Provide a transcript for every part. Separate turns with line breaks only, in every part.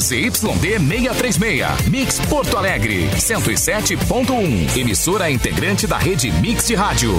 ZYD 636. Mix Porto Alegre, 107.1. Emissora integrante da rede Mix de Rádio.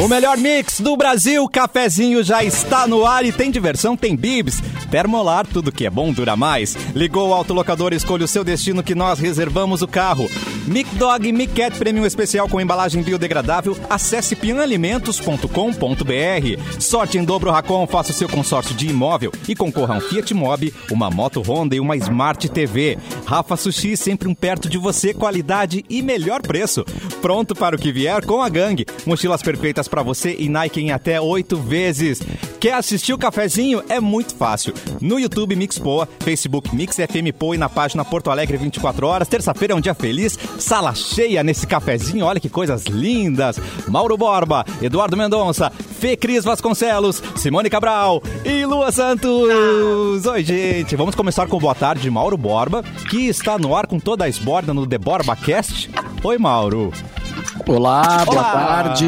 O melhor mix do Brasil, cafezinho já está no ar e tem diversão, tem bibs. Termolar, tudo que é bom dura mais. Ligou o autolocador, escolha o seu destino que nós reservamos o carro. Mic Dog Mic Cat Premium Especial com embalagem biodegradável. Acesse pinalimentos.com.br. Sorte em dobro Racon, faça o seu consórcio de imóvel e concorra a um Fiat Mobi, uma moto Honda e uma Smart TV. Rafa Sushi, sempre um perto de você, qualidade e melhor preço. Pronto para o que vier com a gangue. Mochilas perfeitas para você e Nike em até oito vezes. Quer assistir o cafezinho? É muito fácil. No YouTube Mix Poa, Facebook Mix FM Poa e na página Porto Alegre 24 horas. Terça-feira é um dia feliz. Sala cheia nesse cafezinho. Olha que coisas lindas. Mauro Borba, Eduardo Mendonça, Fê Cris Vasconcelos, Simone Cabral e Lua Santos. Oi, gente. Vamos começar com boa tarde, Mauro Borba, que está no ar com toda a esborda no The Borba Cast. Oi, Mauro.
Olá, boa
Olá.
tarde.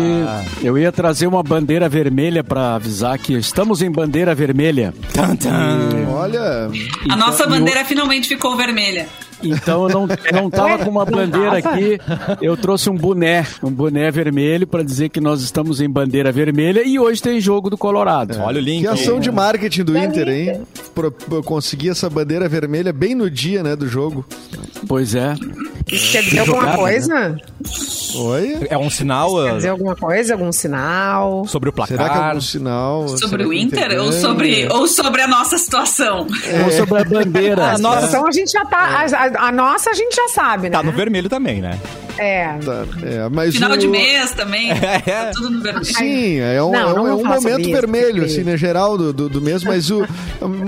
Eu ia trazer uma bandeira vermelha para avisar que estamos em bandeira vermelha.
Tan, tan.
Olha,
A nossa bandeira finalmente ficou vermelha.
Então eu não, não tava com uma bandeira aqui. Eu trouxe um boné, um boné vermelho para dizer que nós estamos em bandeira vermelha e hoje tem jogo do Colorado.
É. Olha o link.
que ação de marketing do Inter, hein? Pro, pro- conseguir essa bandeira vermelha bem no dia, né, do jogo.
Pois é.
Isso quer dizer alguma
jogada,
coisa?
Olha,
É um sinal
Quer dizer
ah,
alguma coisa? Algum sinal?
sobre o placar.
será que é algum sinal?
Sobre
Será que
o Inter ou
ganha?
sobre, ou sobre a nossa situação?
Ou sobre a bandeira.
É. A nossa-
Então a gente já tá. A, a- a nossa a gente já sabe, né?
Tá no vermelho também, né?
É.
Tá, é, mas
Final
o-
de mês também.
É.
Tá tudo no vermelho.
Sim, é um,
Não,
é um-
não
é
vamos
um
falar sobre
momento
isso,
vermelho,
porque-
assim, né, geral do, do, do mês, mas o.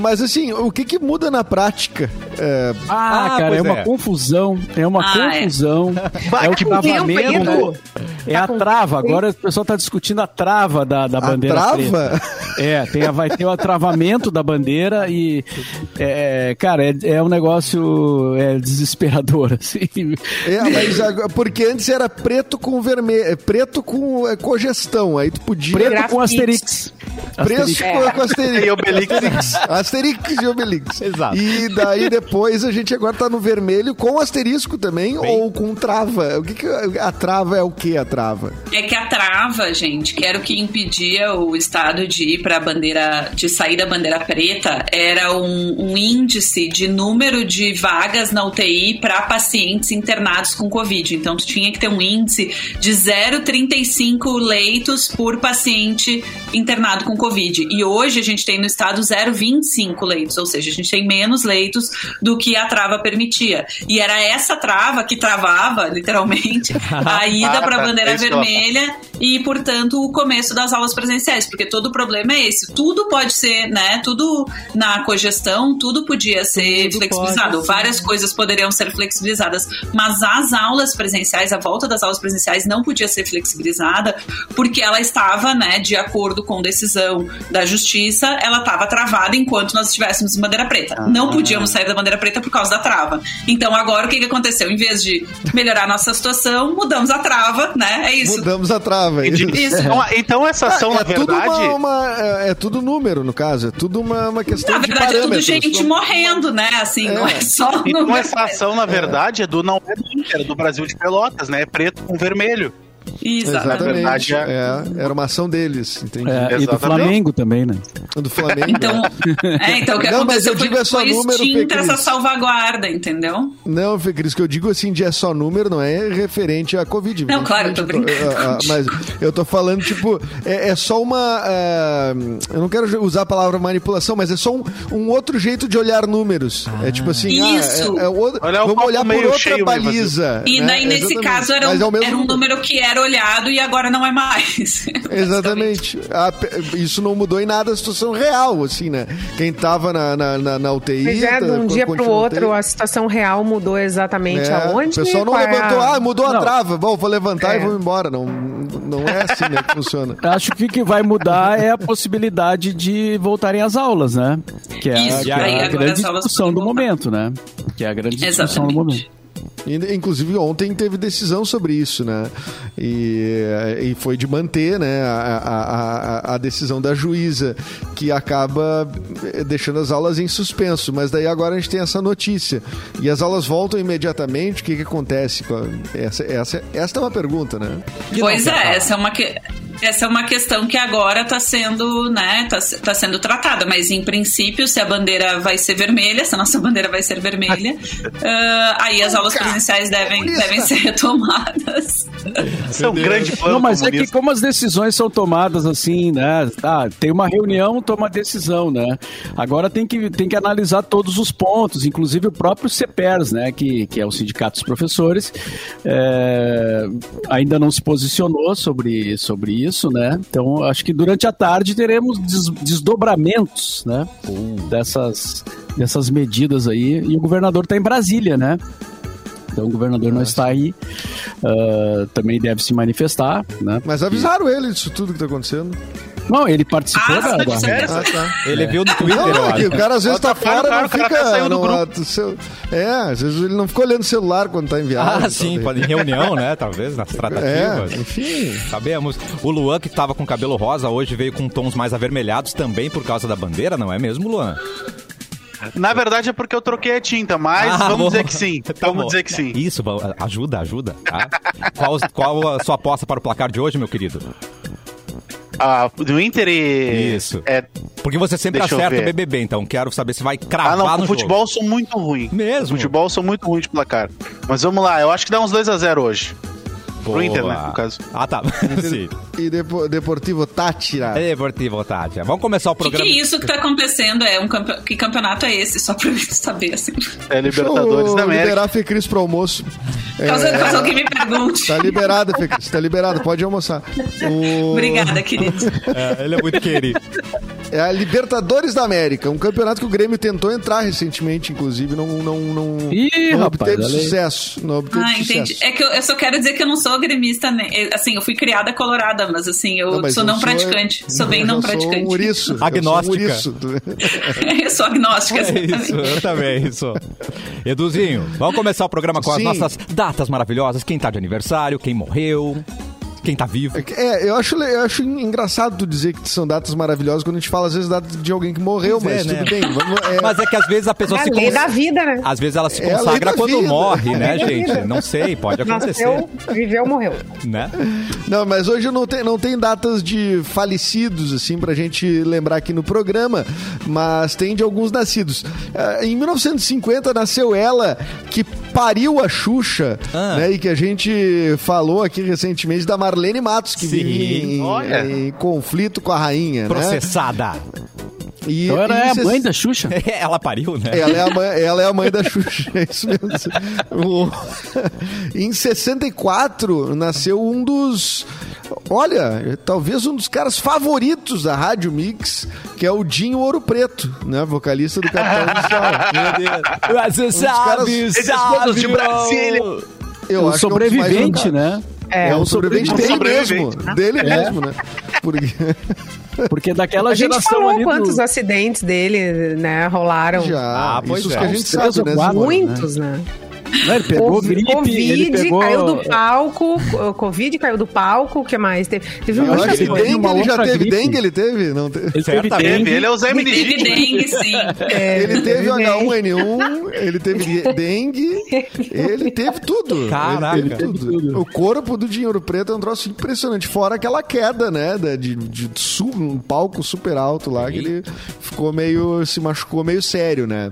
Mas assim, o que, que muda na prática? É,
Ah,
Ah,
cara,
pois
é uma
é.
confusão, é uma
Ah, é.
confusão. É, o
Tá
que
com
dava
tempo,
medo.
Edu.
né? É a trava. Agora o pessoal tá discutindo a trava da, da
a
bandeira. preta.
trava?
É, tem a- vai ter o atravamento da bandeira e, é, cara, é, é um negócio é, desesperador, assim.
É, mas agora- porque antes era preto com vermelho, preto com é, cogestão, aí tu podia
Preto com
Grafite.
asterix.
Preço
Asterix.
É.
com, com Asterix.
E Obelix.
Asterix. Asterix e Obelix.
Exato.
E daí depois a gente agora tá no vermelho com asterisco também ou com trava. O que, que a trava é o que a trava?
É que a trava, gente, que era o que impedia o Estado de ir para a bandeira, de sair da bandeira preta, era um, um índice de número de vagas na UTI para pacientes internados com Covid. Então, tu tinha que ter um índice de 0,35 leitos por paciente internado com Covid. E hoje a gente tem no Estado 0,25 leitos, ou seja, a gente tem menos leitos do que a trava permitia. E era essa trava que travava, literalmente, a ida para a bandeira
É isso que ela
vermelha vermelha e, portanto, o começo das aulas presenciais, porque todo o problema é esse. Tudo pode ser, né? Tudo na cogestão, tudo podia ser flexibilizado. Várias coisas poderiam ser flexibilizadas, mas as aulas presenciais, a volta das aulas presenciais não podia ser flexibilizada, porque ela estava, né, de acordo com decisão da justiça, ela estava travada enquanto nós estivéssemos em bandeira preta. Não podíamos sair da bandeira preta por causa da trava. Então, agora o que, que aconteceu? Em vez de melhorar a nossa situação, mudamos a trava, né? É isso.
Mudamos a trava. Ah,
Entendi. Então, então essa ação, na
é, tudo
verdade.
uma, uma- é, é tudo número, no caso. É tudo uma, uma questão
Na
de
verdade, é tudo
parâmetros.
gente
Não-
morrendo, né? Assim, não é só.
Então
não-
essa ação, na verdade, é do não é do Inter, é do Brasil de Pelotas, né? É preto com vermelho.
Exatamente.
Exatamente.
verdade,
É, era uma ação deles, entendi.
É, e do
Exatamente.
Flamengo também, né?
Do Flamengo. né?
Então, é, então o que
Não, mas
aconteceu
eu
foi
digo é
que
só
foi
número,
extinta
Fê
essa
Cris.
salvaguarda, entendeu?
Não, Fê Cris, que eu digo assim de é só número, não é referente à Covid.
Não, claro, eu tô
evidentemente, eu
brincando
ah, ah, Mas eu tô falando, tipo, é, é só uma. ah, eu não quero usar a palavra manipulação, mas é só um, um outro jeito de olhar números. É tipo assim,
Isso.
ah, é- é outro-
Olhar o
vamos
copo
olhar por
um meio
outra
cheio, assim. meio
baliza.
E
né?
daí, nesse
Exatamente.
caso, era um,
Mas é o mesmo
era um
número.
número que era olhado e agora não é mais.
Exatamente. Ah, pe- isso não mudou em nada a situação real, assim, né? Quem tava na, na, na, na UTI.
Mas é, de um
tá-
dia pro
continua na
outro,
UTI.
a situação real mudou exatamente
É,
aonde?
O pessoal não
Qual é a-
levantou, ah, mudou a
Não.
trava, bom, vou levantar
É.
e vou embora. Não, não é assim né, que funciona.
Acho que o que vai mudar é a possibilidade de voltarem às aulas, né? Que é, a-
Isso,
que é
aí
a
agora
grande
as aulas
discussão
podem
do
voltar.
momento, né? Que é a grande discussão do
Exatamente.
momento.
E, Inclusive, ontem teve decisão sobre isso, né? E, e foi de manter né, a, a- a- a decisão da juíza, que acaba eh, deixando as aulas em suspenso. Mas daí agora a gente tem essa notícia. E as aulas voltam imediatamente. O que, que acontece? com a- Essa, essa, esta é uma pergunta, né?
Que
pois
não,
é,
Cacá?
essa é uma que- Essa é uma questão que agora está sendo, né, tá, se- tá sendo tratada, mas em princípio, se a bandeira vai ser vermelha, se a nossa bandeira vai ser vermelha, ah, aí as aulas presenciais devem,
Comunista!
devem ser retomadas.
Isso é um grande plano
Não, mas é que
comunista.
como as decisões são tomadas assim, né? Tá, tem uma reunião, toma a decisão, né? Agora tem que, tem que analisar todos os pontos, inclusive o próprio CEPERS, né? Que, que é o Sindicato dos Professores, é, ainda não se posicionou sobre, sobre isso, né? Então, acho que durante a tarde teremos des- desdobramentos, né? Dessas, dessas medidas aí. E o governador está em Brasília, né? Então o governador não está aí, ah, também deve se manifestar, né?
Mas avisaram ele disso tudo que tá acontecendo.
Não, ele participou
Ah,
da,
sabe
da-
disso aí?
Ah, tá.
Ele viu no Twitter,
Não,
eu
é que
acho.
o cara às vezes tá
Tá
fora,
fora, cara,
não
o cara
fica.
até saiu do
não,
grupo.
a- seu- é, às vezes ele não ficou olhando o celular quando tá em viagem.
Ah, sim,
talvez.
pode, em reunião, né? Talvez, nas tratativas.
É, enfim.
Sabemos. O Luan, que estava com cabelo rosa, hoje veio com tons mais avermelhados também por causa da bandeira, não é mesmo, Luan?
Na verdade é porque eu troquei a tinta, mas
Ah,
vamos
bom.
dizer que sim.
Tá
vamos
bom.
dizer que sim.
Isso, bom, ajuda, ajuda. tá? qual, qual a sua aposta para o placar de hoje, meu querido?
Ah, do Inter e...
Isso.
É...
Porque você sempre
Deixa eu
acerta o
ver.
BBB, então quero saber se vai cravar
Ah, não,
no
com futebol eu sou muito ruim.
Mesmo?
Futebol eu sou muito ruim de placar. Mas vamos lá, eu acho que dá uns 2x0 hoje.
jogo.
pro Inter,
Boa.
né, no caso.
Ah, tá. Sim.
E Depo- Deportivo Tátira.
É Deportivo, Tati. Vamos começar o
O Ah. que, que
programa.
é isso que está acontecendo? É um campe- que campeonato é esse? Só para eu saber, assim.
É Libertadores
Deixa eu
da América.
Liberar a Fecris pro almoço.
Caso, caso alguém me pergunte.
É. Tá liberada, Fecris. Tá liberada, pode almoçar. O-
Obrigada, querido.
É, ele é muito querido.
É a Libertadores da América, um campeonato que o Grêmio tentou entrar recentemente, inclusive, não, não, não,
Ih,
não
rapaz,
obteve
olha aí.
sucesso. Não obteve
Ah, entendi.
um sucesso.
É que eu, eu só quero dizer que eu não sou gremista, né? Eu, assim, eu fui criada colorada, mas assim, eu
Não, mas
sou
eu é-
não praticante. Sou bem
eu
não
Sou um
praticante.
ouriço. eu sou um
Agnóstica.
ouriço.
eu sou agnóstica,
É
exatamente.
isso, eu também sou. Eduzinho, vamos começar o programa com as
Sim.
nossas datas maravilhosas. Quem tá de aniversário, quem morreu, quem tá vivo.
É, eu acho, le- eu acho engraçado tu dizer que são datas maravilhosas quando a gente fala, às vezes, data de alguém que morreu,
Pois é,
mas tudo
né?
bem. Vamos, é,
Mas é que às vezes a Ah, pessoa
É a
se
lei da
consagra.
vida, né?
Às vezes ela se
É a lei
consagra
da
quando
vida.
morre,
É
né,
a
lei da
gente?
vida.
Não sei, pode acontecer,
Nasceu, viveu, morreu.
né?
Não, mas hoje não tem, não tem datas de falecidos, assim, pra gente lembrar aqui no programa, mas tem de alguns nascidos. Ah, Em 1950 nasceu ela, que pariu a Xuxa,
Ah.
né? E que a gente falou aqui recentemente da Marlene Matos, que
Sim.
vive em,
Olha.
em conflito com a rainha, né?
Processada.
E,
Então era
e é
a
se-
mãe da
é,
Xuxa.
Ela pariu, né?
ela é, a mãe, ela é a mãe da Xuxa, é isso mesmo. O- em 64 nasceu um dos. Olha, talvez um dos caras favoritos da Rádio Mix, que é o Dinho Ouro Preto, né? Vocalista do Capital Inicial.
Meu Deus. Você
caras-
sabe,
esses
sabe,
de
ó.
Brasília.
Eu
Um
acho que é um dos mais
sobrevivente,
jogados.
né?
É, um sobrevivente dele
sobrevivente.
mesmo. Dele mesmo, né? Porque
Porque daquela
A gente
geração
falou
ali do-
quantos acidentes dele, né, rolaram.
já.
Ah, pois
isso os
é.
que a
Uns
gente
três
sabe,
ou
né?
quatro.
Simone?
Muitos, né?
né, ele pegou
Covid,
gripe, ele pegou...
caiu do palco. co- Covid caiu do palco. O que mais? Teve, teve
Eu
muita
acho que
Teve
coisa.
dengue
uma
ele já
outra
teve.
gripe.
Dengue ele teve? Não teve.
Ele teve
Certamente.
dengue.
Ele é o Zé
Teve
Menino.
dengue, sim.
É.
Ele teve o
dengue.
H1N1, ele teve dengue, ele teve tudo.
Caraca.
Ele teve tudo. O corpo do Dinheiro Preto é um troço impressionante. Fora aquela queda, né? da- De, de su- um palco super alto lá, que ele ficou meio. se machucou meio sério, né?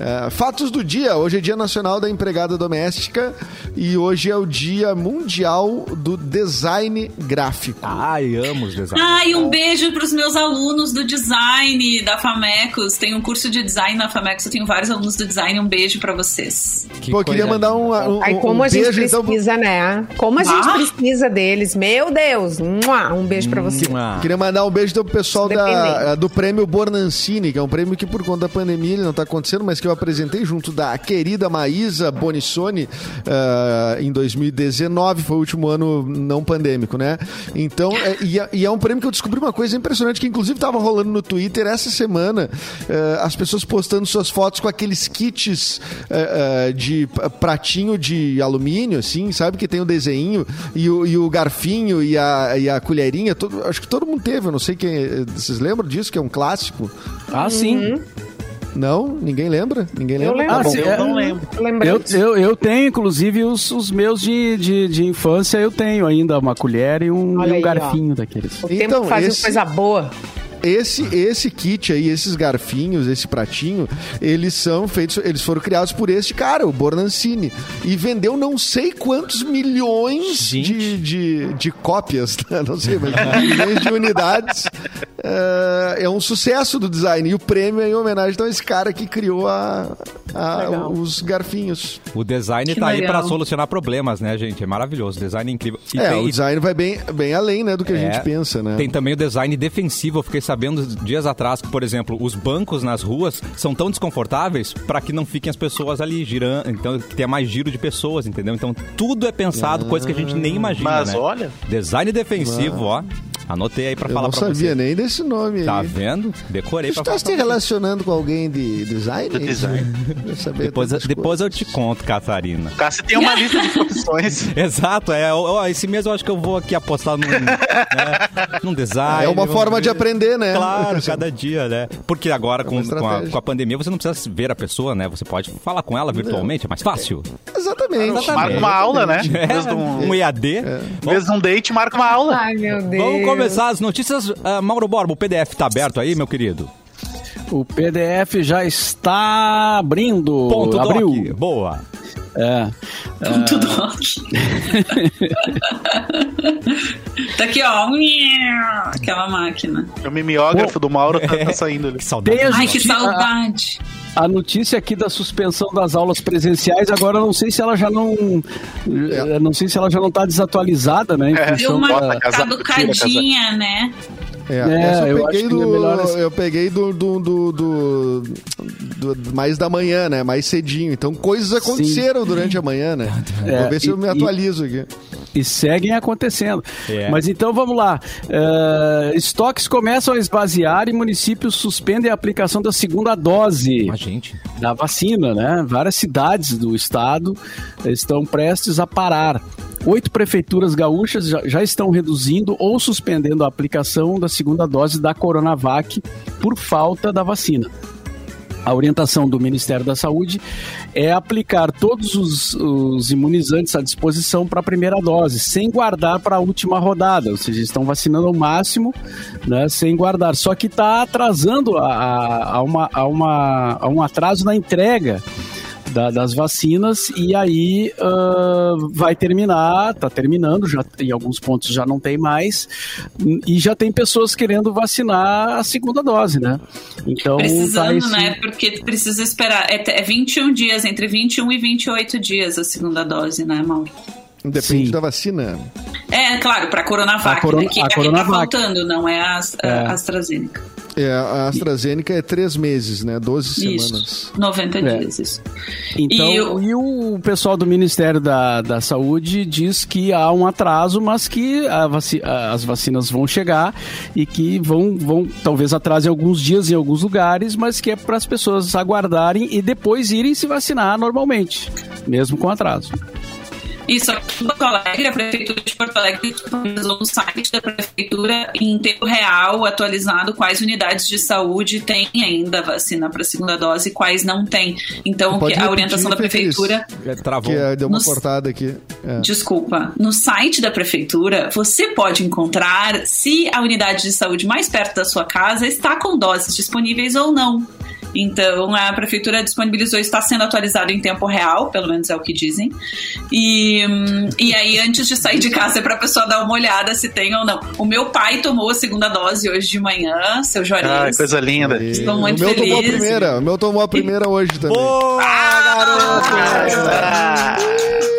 Ah, fatos do dia. Hoje é Dia Nacional da Empregada Doméstica e hoje é o Dia Mundial do Design Gráfico.
Ai, amo os designs.
Ai, um beijo para os meus alunos do design da Famecos. Tem um curso de design na Famecos. Eu tenho vários alunos do design. Um beijo para vocês.
Que
Pô, eu queria
coisa
mandar um, um,
Aí
um
como a gente
beijo, então, pro-
precisa, né? Como a gente
Ah.
precisa deles. Meu Deus. Mua, Um beijo pra você.
linda.
Queria mandar um beijo então, pro pessoal
Dependente.
da, do prêmio Bornancini, que é um prêmio que por conta da pandemia ele não tá acontecendo, mas que eu apresentei junto da querida Maísa Bonissoni eh, em 2019, foi o último ano não pandêmico, né? Então, é, e, é- e é um prêmio que eu descobri uma coisa impressionante, que inclusive estava rolando no Twitter essa semana, eh, as pessoas postando suas fotos com aqueles kits eh, eh, de p- pratinho de alumínio, assim, sabe? Que tem o desenho e o, e o garfinho e a, e a colherinha, todo- acho que todo mundo teve, eu não sei quem, eh, vocês lembram disso, que é um clássico?
Ah, sim.
Não? Ninguém lembra? Ninguém lembra?
Eu lembro.
Tá bom.
sim,
eu
é-
não lembro.
Lembrei.
Eu, eu, eu tenho, inclusive, os, os meus de, de, de infância, eu tenho ainda uma colher e um,
Olha
e um
aí, ó.
garfinho daqueles.
O tempo
Então,
que fazia
esse-
coisa boa.
Esse, esse kit aí, esses garfinhos, esse pratinho, eles são feitos, eles foram criados por este cara, o Bornancini. E vendeu não sei quantos milhões de, de, de cópias, né? não sei, mas milhões de unidades. Eh, é um sucesso do design. E o prêmio é em homenagem então, a esse cara que criou a, a-
Legal.
os garfinhos.
O design
Que
tá aí
legal.
pra solucionar problemas, né, gente? É maravilhoso. O design é incrível. E
é,
tem-
o design vai bem, bem além né, do que a
É.
gente pensa, né?
Tem também o design defensivo. Eu fiquei sabendo dias atrás que, por exemplo, os bancos nas ruas são tão desconfortáveis para que não fiquem as pessoas ali girando. Então, que tenha mais giro de pessoas, entendeu? Então, tudo é
Ah,
pensado, coisa que a gente nem imagina.
Mas
né?
olha.
Design defensivo, ó. Anotei aí para
Eu
falar
não
pra
sabia
você.
nem desse nome
Tá
aí.
vendo? Decorei
Tu
pra
tá
falar.
se relacionando com alguém de design?
De design.
Pra saber
Depois,
tantas
depois eu
coisas.
te conto, Catarina.
Cássio tem uma lista de profissões.
Exato, é. ó, ó, esse mês eu acho que eu vou aqui apostar num, né, num design.
É uma
vamos
forma
ver.
de aprender, né? É
Claro, cada dia, né? Porque agora com,
uma
com, a,
estratégia.
com a pandemia você não precisa ver a pessoa, né? Você pode falar com ela virtualmente, é mais fácil.
Exatamente.
Marca uma aula, né? Em vez de um,
Um EAD.
É.
em vez de um date, marca uma aula.
Ai, meu Deus.
Vamos começar as notícias. Ah, Mauro Borba, o PDF tá aberto aí, meu querido?
O PDF já está abrindo.
Ponto
Abriu.
doc. Boa.
É.
Ponto doc. tá aqui, ó. Aquela máquina.
O mimeógrafo do Mauro tá, tá saindo ali.
Que saudade.
Tem as-
Ai, que
Gente, a-
saudade.
A notícia aqui da suspensão das aulas presenciais, agora eu não sei se ela já não. eu Não sei se ela já não está desatualizada, né? em
Deu
função
É uma
da-
Bota casaco,
caducadinha, né?
É,
É,
essa eu
eu
peguei
acho que
do.
é melhor esse-
Eu peguei do, do, do, do- do- Mais da manhã, né? Mais cedinho. Então coisas aconteceram durante a manhã, né?
É,
Vou ver se
e-
eu me
e-
atualizo aqui.
E seguem acontecendo.
É.
Mas então vamos lá. É, estoques começam a esvaziar e municípios suspendem a aplicação da segunda dose
A Ah, gente.
da vacina, né? Várias cidades do estado estão prestes a parar. Oito prefeituras gaúchas já, já estão reduzindo ou suspendendo a aplicação da segunda dose da Coronavac por falta da vacina. A orientação do Ministério da Saúde é aplicar todos os, os imunizantes à disposição para a primeira dose, sem guardar para a última rodada. Ou seja, estão vacinando ao máximo, né, sem guardar. Só que está atrasando a, a- a uma, a, uma, a um atraso na entrega. da- das vacinas e aí ah, vai terminar, está terminando, já tem alguns pontos já não tem mais e já tem pessoas querendo vacinar a segunda dose, né? Então tá
Precisando,
esse-
né? Porque precisa esperar. É, te- é 21 dias, entre 21 e 28 dias a segunda dose, né, Mauro?
Depende
Sim.
da vacina.
É, claro, para a Coronavac,
A corona-
né, que
a
é a que tá
Coronavac.
faltando, não é a, As- a
É.
AstraZeneca.
É, a AstraZeneca é três meses, né? 12 semanas.
Isso, 90
É.
dias, isso.
Então,
E
e,
o-
o pessoal do Ministério da, da Saúde diz que há um atraso, mas que a vaci- a- as vacinas vão chegar e que vão, vão talvez atrase alguns dias em alguns lugares, mas que é para as pessoas aguardarem e depois irem se vacinar normalmente, mesmo com atraso.
Isso aqui em Porto Alegre, a Prefeitura de Porto Alegre disponibilizou um site da Prefeitura em tempo real, atualizado quais unidades de saúde têm ainda vacina para segunda dose e quais não têm. Então,
Pode
que- a
repetir,
orientação da
Fê Cris?
Prefeitura.
É, Travou.
Que é, deu uma
Nos-
cortada aqui. É.
Desculpa, no site da prefeitura você pode encontrar se a unidade de saúde mais perto da sua casa está com doses disponíveis ou não. Então a prefeitura disponibilizou, está sendo atualizado em tempo real, pelo menos é o que dizem. E, hum, e aí antes de sair de casa é para a pessoa dar uma olhada se tem ou não. O meu pai tomou a segunda dose hoje de manhã, seu Juarez.
Ah, coisa linda.
E-
Estou
o meu
muito
tomou a
feliz.
primeira. O meu tomou a primeira hoje também.
Boa, garoto!
Ah,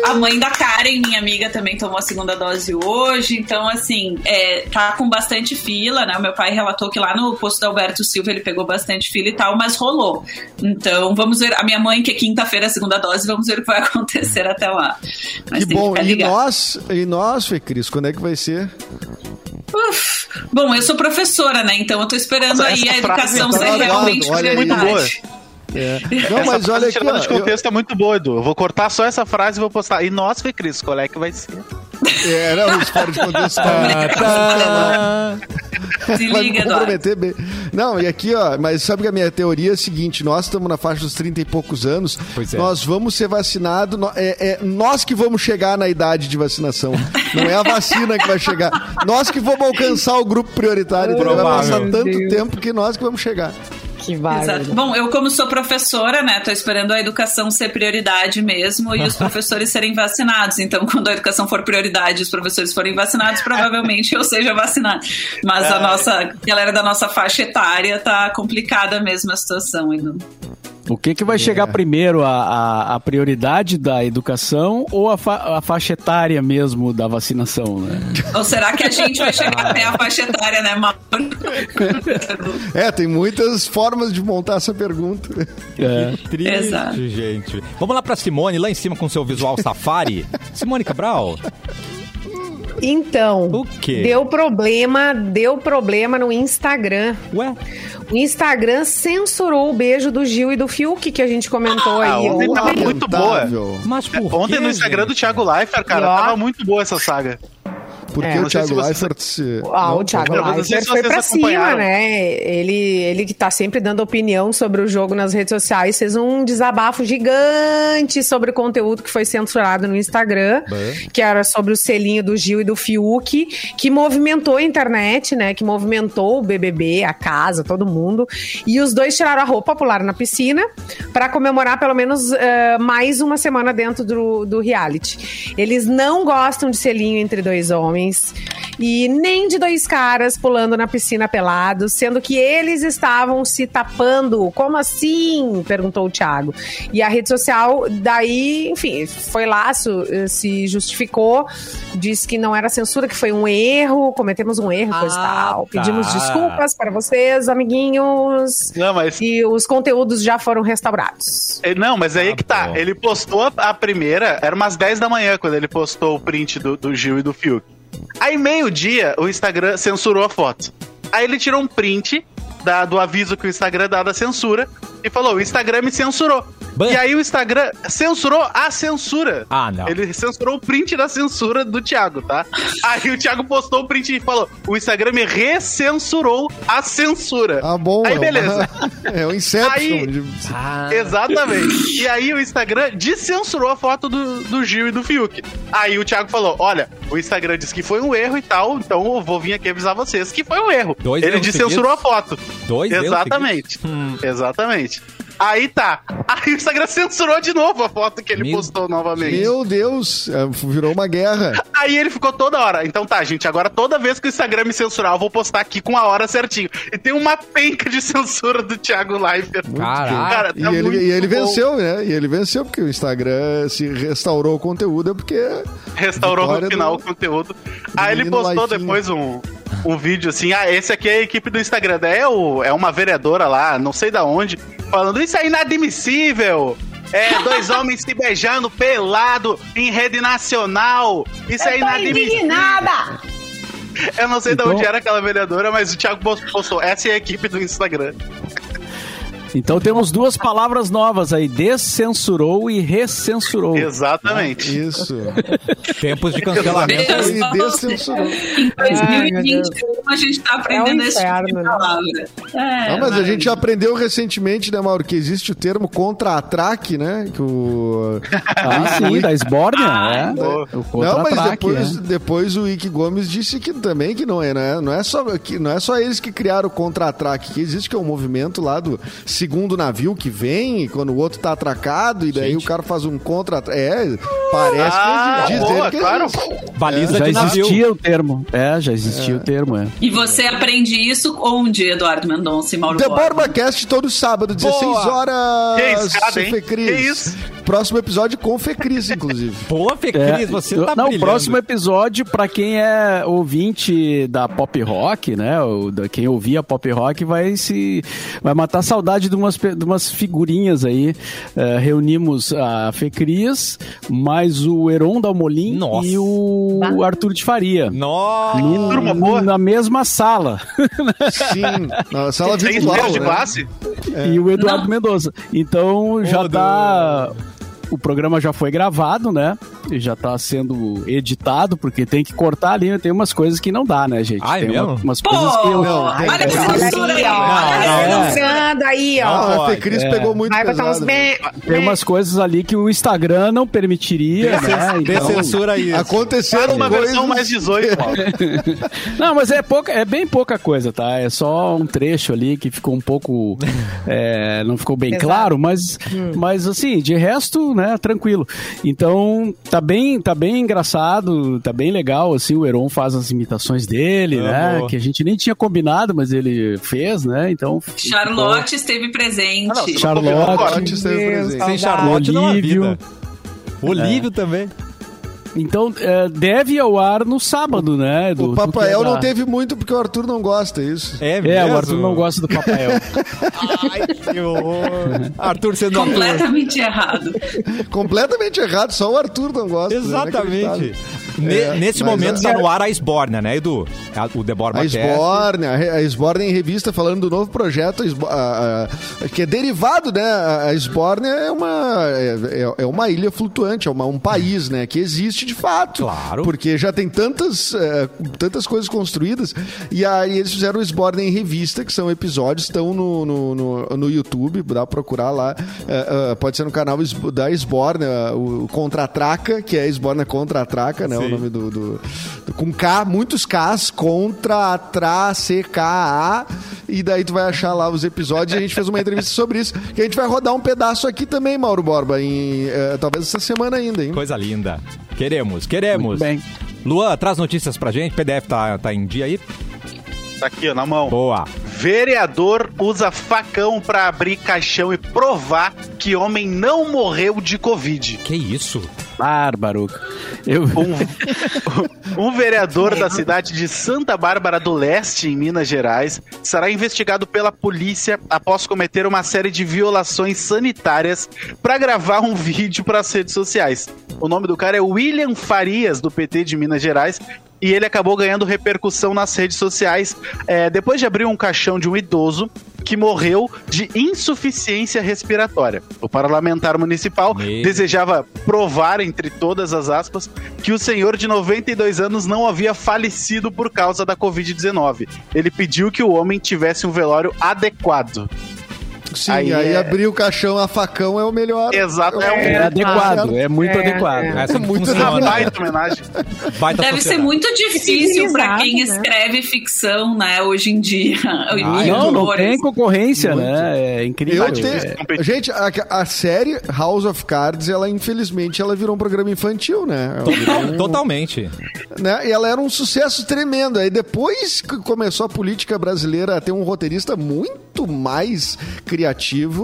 A mãe da Karen, minha amiga, também tomou a segunda dose hoje. Então, assim, é, tá com bastante fila, né? O meu pai relatou que lá no posto do Alberto Silva ele pegou bastante fila e tal, mas rolou. Então, vamos ver. A minha mãe, que é quinta-feira, a segunda dose, vamos ver o que vai acontecer até lá. Mas
que
tem
bom.
ficar
e
ligado.
nós, e nós, Fê Cris, quando é que vai ser?
Uf. Bom, eu sou professora, né? Então eu tô esperando
Nossa,
aí
essa
a
frase
educação
tá
ser
babado,
realmente
olha aí.
prioridade.
Muito boa.
É. Não,
Essa
mas
frase
olha aqui,
tirada de
ó, eu-
contexto é muito boa, Edu. Eu vou cortar só essa frase e vou postar. E nós, Fê Cris, qual é que vai ser?
É, não, isso fora de contexto.
Tá, tá.
Se
Vai me
liga, Eduardo.
comprometer bem. Não, e aqui, ó, mas sabe que a minha teoria é a seguinte: nós estamos na faixa dos 30 e poucos anos,
Pois é.
nós vamos ser vacinados, nó- é, é nós que vamos chegar na idade de vacinação. Não é a vacina que vai chegar. Nós que vamos alcançar o grupo prioritário. Então vai
Provável.
passar
Meu
tanto
Deus.
tempo que nós que vamos chegar.
Que bárbaro.
Exato. Bom, eu como sou professora, né, tô esperando a educação ser prioridade mesmo e os professores serem vacinados. Então, quando a educação for prioridade e os professores forem vacinados, provavelmente eu seja vacinada. Mas a nossa a galera da nossa faixa etária tá complicada mesmo a situação. Edu.
O que, que
É.
vai chegar primeiro, a, a, a prioridade da educação ou a, fa- a faixa etária mesmo da vacinação? Né?
Ou será que a gente vai chegar até a faixa etária, né, Mauro?
É, tem muitas formas de montar essa pergunta.
É.
um Triste,
Exato.
gente. Vamos lá pra Simone, lá em cima com seu visual safari. Simone Cabral,
Então,
O quê?
deu problema, deu problema no Instagram.
ué?
O Instagram censurou o beijo do Gil e do Fiuk, que a gente comentou
Ah,
aí.
ontem tava muito boa.
Lamentável.
Mas por
É, Ontem
quê,
no Instagram do
gente?
Thiago Leifert, cara,
Ó.
tava muito boa essa saga.
Porque
É,
o
não sei
Thiago
se vocês-
Leifert se.
Ah,
Não,
o Thiago
eu não sei
Leifert
se
foi
vocês
pra cima,
acompanharam.
né? Ele, ele que tá sempre dando opinião sobre o jogo nas redes sociais, fez um desabafo gigante sobre o conteúdo que foi censurado no Instagram, que era sobre o selinho do Gil e do Fiuk, que movimentou a internet, né? Que movimentou o BBB, a casa, todo mundo. E os dois tiraram a roupa, pularam na piscina pra comemorar pelo menos eh, mais uma semana dentro do, do reality. Eles não gostam de selinho entre dois homens e nem de dois caras pulando na piscina pelados, sendo que eles estavam se tapando. Como assim? perguntou o Thiago. E a rede social, daí, enfim, foi lá, su- eh, se justificou, disse que não era censura, que foi um erro, cometemos um erro, coisa e tal. Pedimos desculpas para vocês, amiguinhos.
Não, mas.
E os conteúdos já foram restaurados.
eh, Não, mas aí
Ah,
que tá.
bom.
Ele postou a- a primeira, era umas 10 da manhã quando ele postou o print do, do Gil e do Fiuk. Aí, meio-dia, o Instagram censurou a foto. Aí ele tirou um print da- do aviso que o Instagram dá da censura e falou: o Instagram me censurou.
Bah.
E aí o Instagram censurou a censura.
Ah, não.
Ele censurou o print da censura do Thiago, tá? Aí o Thiago postou o print e falou: o Instagram me recensurou a censura.
Ah, bom.
Aí
é uma-
beleza.
É o Inception.
Aí-
de-
Ah,
Exatamente. E aí o Instagram descensurou a foto do, do Gil e do Fiuk. Aí o Thiago falou: olha, o Instagram disse que foi um erro e tal, então eu vou vir aqui avisar vocês que foi um erro.
Dois
Ele
erros
descensurou a
seguidos.
foto.
dois erros Hum.
Exatamente. Exatamente. Aí tá. Aí o Instagram censurou de novo a foto que ele
Meu
postou novamente.
Meu Deus, é, virou uma guerra.
Aí ele ficou toda hora. Então tá, gente, agora toda vez que o Instagram me censurar, eu vou postar aqui com a hora certinho. E tem uma penca de censura do Thiago Leifert.
Caraca.
Cara, tá
e, ele,
muito
e ele
bom.
venceu, né? E ele venceu, porque o Instagram se restaurou o conteúdo, é porque.
Restaurou
Vitória
no final
do-
o conteúdo. Aí ele
menino
postou
Laifinho.
depois um, um vídeo assim: ah, esse aqui é a equipe do Instagram. Daí É, o, é uma vereadora lá, não sei da onde, falando: isso é inadmissível. É, dois homens se beijando pelado em rede nacional. Isso é
tá
inadmissível.
indignada!
Eu não sei de
Então-
onde era aquela vereadora, mas o Thiago postou: essa é a equipe do Instagram.
Então temos duas palavras novas aí: descensurou e recensurou.
Exatamente.
Isso.
Tempos de cancelamento.
Deus.
Ele descensurou.
Em
Ai, meu Deus.
2021 a gente tá aprendendo esse tipo de
inferno, né?
palavra. É,
Ah, mas a
vai.
gente já aprendeu recentemente, né, Mauro, que existe o termo contra-atraque, né? Que o...
Ah, sim, da esbórnia,
então.
né?
boa.
O
Não, mas
contra-ataque,
depois,
né?
depois o Ike Gomes disse que também que não é, né? Não é só, que não é só eles que criaram o contra-atraque, que existe que é um movimento lá do segundo navio que vem, e quando o outro tá atracado, e daí o cara faz um contra-atraque. É, parece
Ah,
que existe, diz
boa,
ele que é
claro.
existe.
Baliza
Já
é de navio.
existia o termo. É, já existia o termo, é.
E você aprende isso onde, Eduardo Mendonça e Mauro
The
Borba?
Borba Cast todo sábado, 16
Boa.
horas.
Que escada, hein?
Fê Cris.
Que isso?
Próximo episódio com Fecris, inclusive.
Boa, Fê
É,
Cris, você
eu-
tá
Não, o
brilhando.
próximo é episódio, pra quem é ouvinte da pop rock, né? Ou da, quem ouvia pop rock vai se. Vai matar a saudade de umas, pe- de umas figurinhas aí. Eh, reunimos a Fecris, mais o Heron Dalmolin
Nossa.
e o Arthur de Faria.
Nossa,
Num-
turma boa.
Na mesma sala.
Sim. Na sala
Tem
virtual,
inteiro de
né?
classe? É.
E o Eduardo
Não.
Mendonça. Então já tá. O programa já foi gravado, né? E já tá sendo editado, porque tem que cortar ali. né? Tem umas coisas que não dá, né, gente?
Ah,
Ai,
é
tem
mesmo?
uma- umas
Pô,
coisas que eu.
Não, tem-
olha
é
tem-
é
essa censura aí.
Aí, ó.
não,
Olha
não.
essa censura.
Censurando é aí, ó.
Ah,
Não
a
pode,
Fecris
é.
pegou muito
Vai botar uns
pesado.
bem.
Tem umas coisas ali que o Instagram não permitiria, né?
dê
Então-
censura aí.
Aconteceram
Uma
coisas...
versão mais 18, Paulo.
Não, mas é, pouca, é bem pouca coisa, tá? É só um trecho ali que ficou um pouco. é, não ficou bem
Pesado.
claro, mas,
Hum.
mas assim, de resto, né, tranquilo. Então, tá bem, tá bem engraçado, tá bem legal, assim, o Heron faz as imitações dele, né?
Amor.
Que a gente nem tinha combinado, mas ele fez, né? Então.
Charlotte esteve presente.
não,
Ah, Charlotte.
Antes teve
Meu Deus,
presente.
Sem
saudade.
Charlotte não há vida.
Olívio. É.
Olívio também.
Então, é, deve ir ao ar no sábado, né? Edu?
O
Tu que é
Papael
da-
não teve muito porque o Arthur não gosta, isso.
É,
É,
mesmo?
o Arthur não gosta do Papael.
Ai, que horror. Arthur sendo
é
Arthur.
Completamente errado.
Tá
Completamente errado, só o Arthur não gosta. né?
Exatamente.
Inacreditável.
Ne-
É,
nesse
mas
momento
é-
está no ar a Esborna, né, Edu? A- O Deborah
A Sborne, a Re- a Sborne em revista falando do novo projeto, a Sbo- a- a- que é derivado, né? A a Sborne é uma, é, é uma ilha flutuante, é uma- um país, né? Que existe de fato.
Claro.
Porque já tem tantas, eh, tantas coisas construídas. E aí eles fizeram o Sborne em revista, que são episódios, estão no, no, no, no YouTube, dá pra procurar lá. eh, eh, pode ser no canal Es- da Sborne, eh, o Contra-Traca, que é Sborne Contra-Traca, né?
Sim.
O nome do, do- do- Com K, muitos Ks, contra, tra, CKA. E daí tu vai achar lá os episódios e a gente fez uma entrevista sobre isso. Que a gente vai rodar um pedaço aqui também, Mauro Borba, em, eh, talvez essa semana ainda, hein?
Coisa linda. Queremos, queremos.
Muito bem.
Luan, traz notícias pra gente. PDF tá, tá em dia aí.
Tá aqui, ó, na mão.
Boa.
Vereador usa facão pra abrir caixão e provar que homem não morreu de Covid.
Que isso?
Bárbaro. Eu.
Um, um vereador da cidade de Santa Bárbara do Leste, em Minas Gerais, será investigado pela polícia após cometer uma série de violações sanitárias para gravar um vídeo para as redes sociais. O nome do cara é William Farias, do PT de Minas Gerais. E ele acabou ganhando repercussão nas redes sociais eh, depois de abrir um caixão de um idoso que morreu de insuficiência respiratória. O parlamentar municipal
Meu.
desejava provar, entre todas as aspas, que o senhor de 92 anos não havia falecido por causa da Covid-19. Ele pediu que o homem tivesse um velório adequado.
Sim, aí,
Aí é-
abrir o caixão a facão é o melhor.
Exato,
É,
é um-
É adequado, é muito
É,
adequado.
é.
Essa
Muito
Uma
funciona.
baita homenagem.
Baita
Deve ser
sociedade.
muito difícil para quem
né?
escreve ficção, né, hoje em dia. Os
Não, não
autores.
tem concorrência, né? É incrível.
Eu
É.
tenho... Gente, a, a série House of Cards, ela infelizmente ela virou um programa infantil, né? Ela virou
Total- Totalmente.
né? E ela era um sucesso tremendo. Aí depois que começou a política brasileira a ter um roteirista muito mais criativo,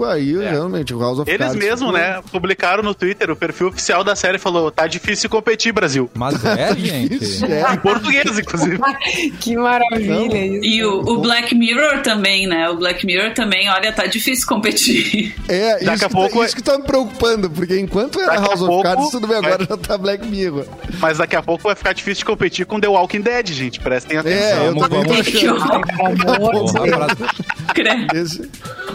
aí realmente o House of
É. Eles
Cards.
mesmo, né, publicaram no Twitter, o perfil oficial da série falou, tá difícil competir, Brasil.
Mas
Tá
é, gente.
Isso é.
Em português, inclusive.
Que maravilha isso.
E o, o Black Mirror também, né? O Black Mirror também, olha, tá difícil competir.
é
Daqui
isso,
a
que
pouco
tá,
é-
isso que tá me preocupando, porque enquanto era
Daqui a
House of
pouco
Cards, tudo bem,
vai-
agora já tá Black Mirror.
Mas daqui a pouco vai ficar difícil de competir com The Walking Dead, gente. Prestem atenção.
É, eu
Vamos,
também tô
vamos.
Que
achando.
horror,
tá
É
Porra,
credo.
Desse,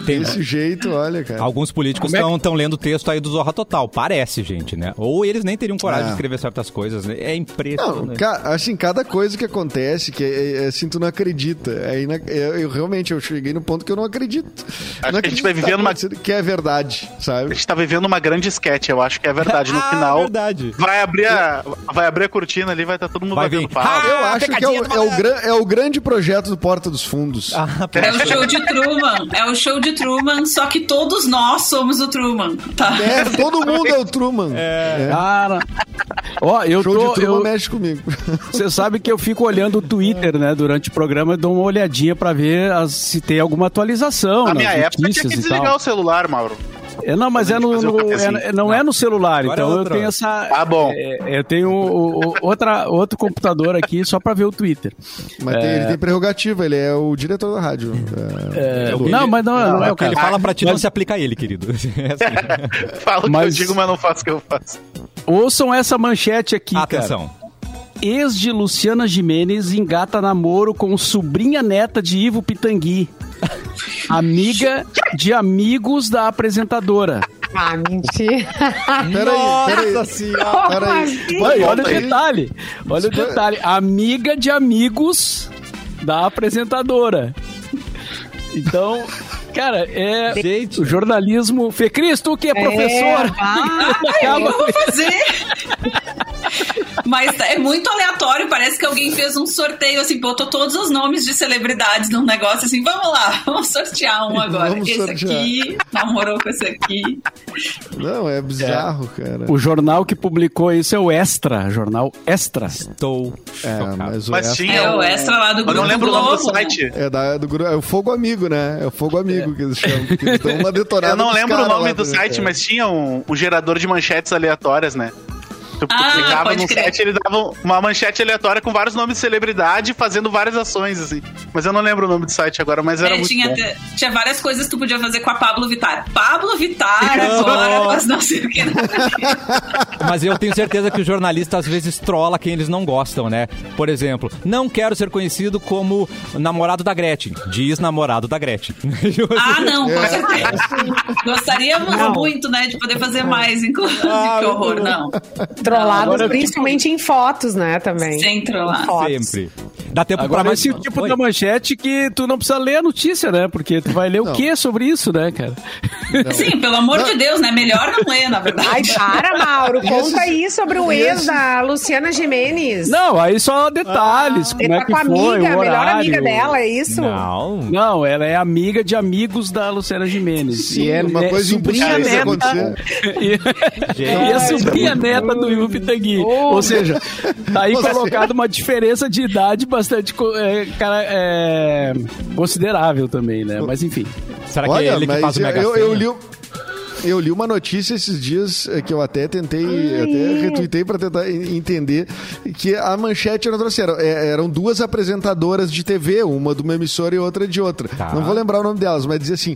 Tem-
desse jeito, olha, cara.
Alguns políticos
é
estão lendo o texto aí do Zorra Total. Parece, gente, né? Ou eles nem teriam coragem
É.
de escrever certas coisas, né? É
Não,
impressionante.
ca- assim, cada coisa que acontece, que é, é, assim, tu não acredita. É ina- eu, eu realmente eu cheguei no ponto que eu não acredito.
Acho
não
que a gente
acredito
vai
que tá
vivendo uma-
acontecendo, Que é verdade,
A
sabe?
gente tá vivendo uma grande esquete, eu acho que é verdade. No
Ah,
final,
verdade.
Vai, abrir a, vai abrir a cortina ali, vai estar todo mundo
tá
Vai
batendo
vir.
papo.
Eu
Ah,
acho que é o,
pecadinha do
é, o
malandro.
gran- é o grande projeto do Porta dos Fundos.
Ah,
É o show de Truman, é o show de Truman, só que todos nós somos o Truman, tá?
É, todo mundo é o Truman. É.
Cara. Ó, Ah, eu
Show de
tô.
Truman
eu-
mexe comigo.
Você sabe que eu fico olhando o Twitter, né? Durante o programa, eu dou uma olhadinha pra ver as- se tem alguma atualização.
Na
nas
minha época tinha
notícias
que
e tal.
desligar o celular, Mauro.
É, não, mas é
Quando a
no,
gente fazia o
no-
cafezinho.
é- é- não é no celular,
Agora é
então eu
outro.
tenho essa.
Tá bom.
é, eu tenho o- o- outra, outro computador aqui só para ver o Twitter.
Mas tem- ele tem prerrogativa, ele é o diretor da rádio. É,
É o que
não,
ele-
mas não, não,
É
é
o que ele
cara.
fala pra ti, não
Mas-
se aplica a ele, querido. É assim.
Falo o que eu
Mas-
digo, mas não faço o que eu faço.
Ouçam essa manchete aqui,
Ah, tá
cara.
Atenção.
Ex de Luciana Jimenez engata namoro com sobrinha neta de Ivo Pitangui. Amiga de amigos da apresentadora.
Ah, mentira.
Peraí, peraí.
senhora.
Peraí.
Como
Olha, olha
Volta
o
aí.
detalhe. Olha o
Isso foi-
detalhe. Amiga de amigos da apresentadora. Então, cara, é.
Gente.
O jornalismo. Fê Cristo, que é
É,
professor.
pá.
O que eu vou fazer? Mas é muito aleatório, parece que alguém fez um sorteio, assim, botou todos os nomes de celebridades num negócio, assim, vamos lá, vamos sortear um agora.
Vamos
esse
sortear.
aqui namorou com esse aqui.
Não, é bizarro, cara.
O jornal que publicou isso é o Extra, jornal Extra.
Estou
É,
chocado.
mas o
Mas
F-
tinha.
É
um-
o extra lá do né?
Eu
Grupo
não lembro o
Globo,
nome do site.
É, da, do, gru- é o Fogo Amigo, né? É o Fogo Amigo que eles chamam. porque eles dão uma detonada
Eu não
pros
lembro o
caras
nome
lá
do
pra-
site,
é.
mas tinha um, um gerador de manchetes aleatórias, né? Tu, tu
Ah,
clicava
pode
no
crer.
site, ele dava um, uma manchete aleatória com vários nomes de celebridade fazendo várias ações, assim. Mas eu não lembro o nome do site agora, mas
É,
era muito
tinha,
bom.
até- tinha várias coisas que tu podia fazer com a Pablo Vittar. Pablo Vittar
Oh.
agora, mas não sei o que.
Mas eu tenho certeza que o jornalista às vezes trola quem eles não gostam, né? Por exemplo, não quero ser conhecido como namorado da Gretchen. Diz namorado da Gretchen.
Ah, não,
É.
com certeza. Gostaríamos
Não.
muito, né, de poder fazer mais, inclusive.
Ah,
que horror, não.
Trollados,
Agora eu-
principalmente em fotos, né, também.
Sem trollar.
Sempre. Dá tempo pra
Ah, Agora
mais.
esse é o tipo
Oi?
da manchete que tu não precisa ler a notícia, né? Porque tu vai ler o
Não.
que sobre isso, né, cara?
Sim, pelo amor de Deus, né? Melhor não ler, na verdade.
Ai, para, Mauro. Conta
Esses-
aí sobre o ex
esses-
da Luciana Jimenez.
Não, aí só detalhes,
Ele
como
tá
é que
com a
foi,
amiga, a
o
melhor
horário.
amiga dela, é isso?
Não.
Não, ela é amiga de amigos da Luciana Jimenez.
Sim,
e é
uma
ne-
coisa
sobrinha
impossível de
neta. E, e a sobrinha neta do Ivo Pitangui. Ou seja, tá aí
Você-
colocada uma diferença de idade bastante co- é, cara, é, considerável também, né? Mas enfim.
Será que
Olha,
é ele que
mas
faz o mega
eu, eu
Sena?
li o- eu li uma notícia esses dias eh, que eu até tentei, até retuitei pra tentar en- entender, que a manchete era assim, era- eh, eram duas apresentadoras de TV, uma de uma emissora e outra de outra.
Tá.
Não vou lembrar o nome delas, mas dizia assim: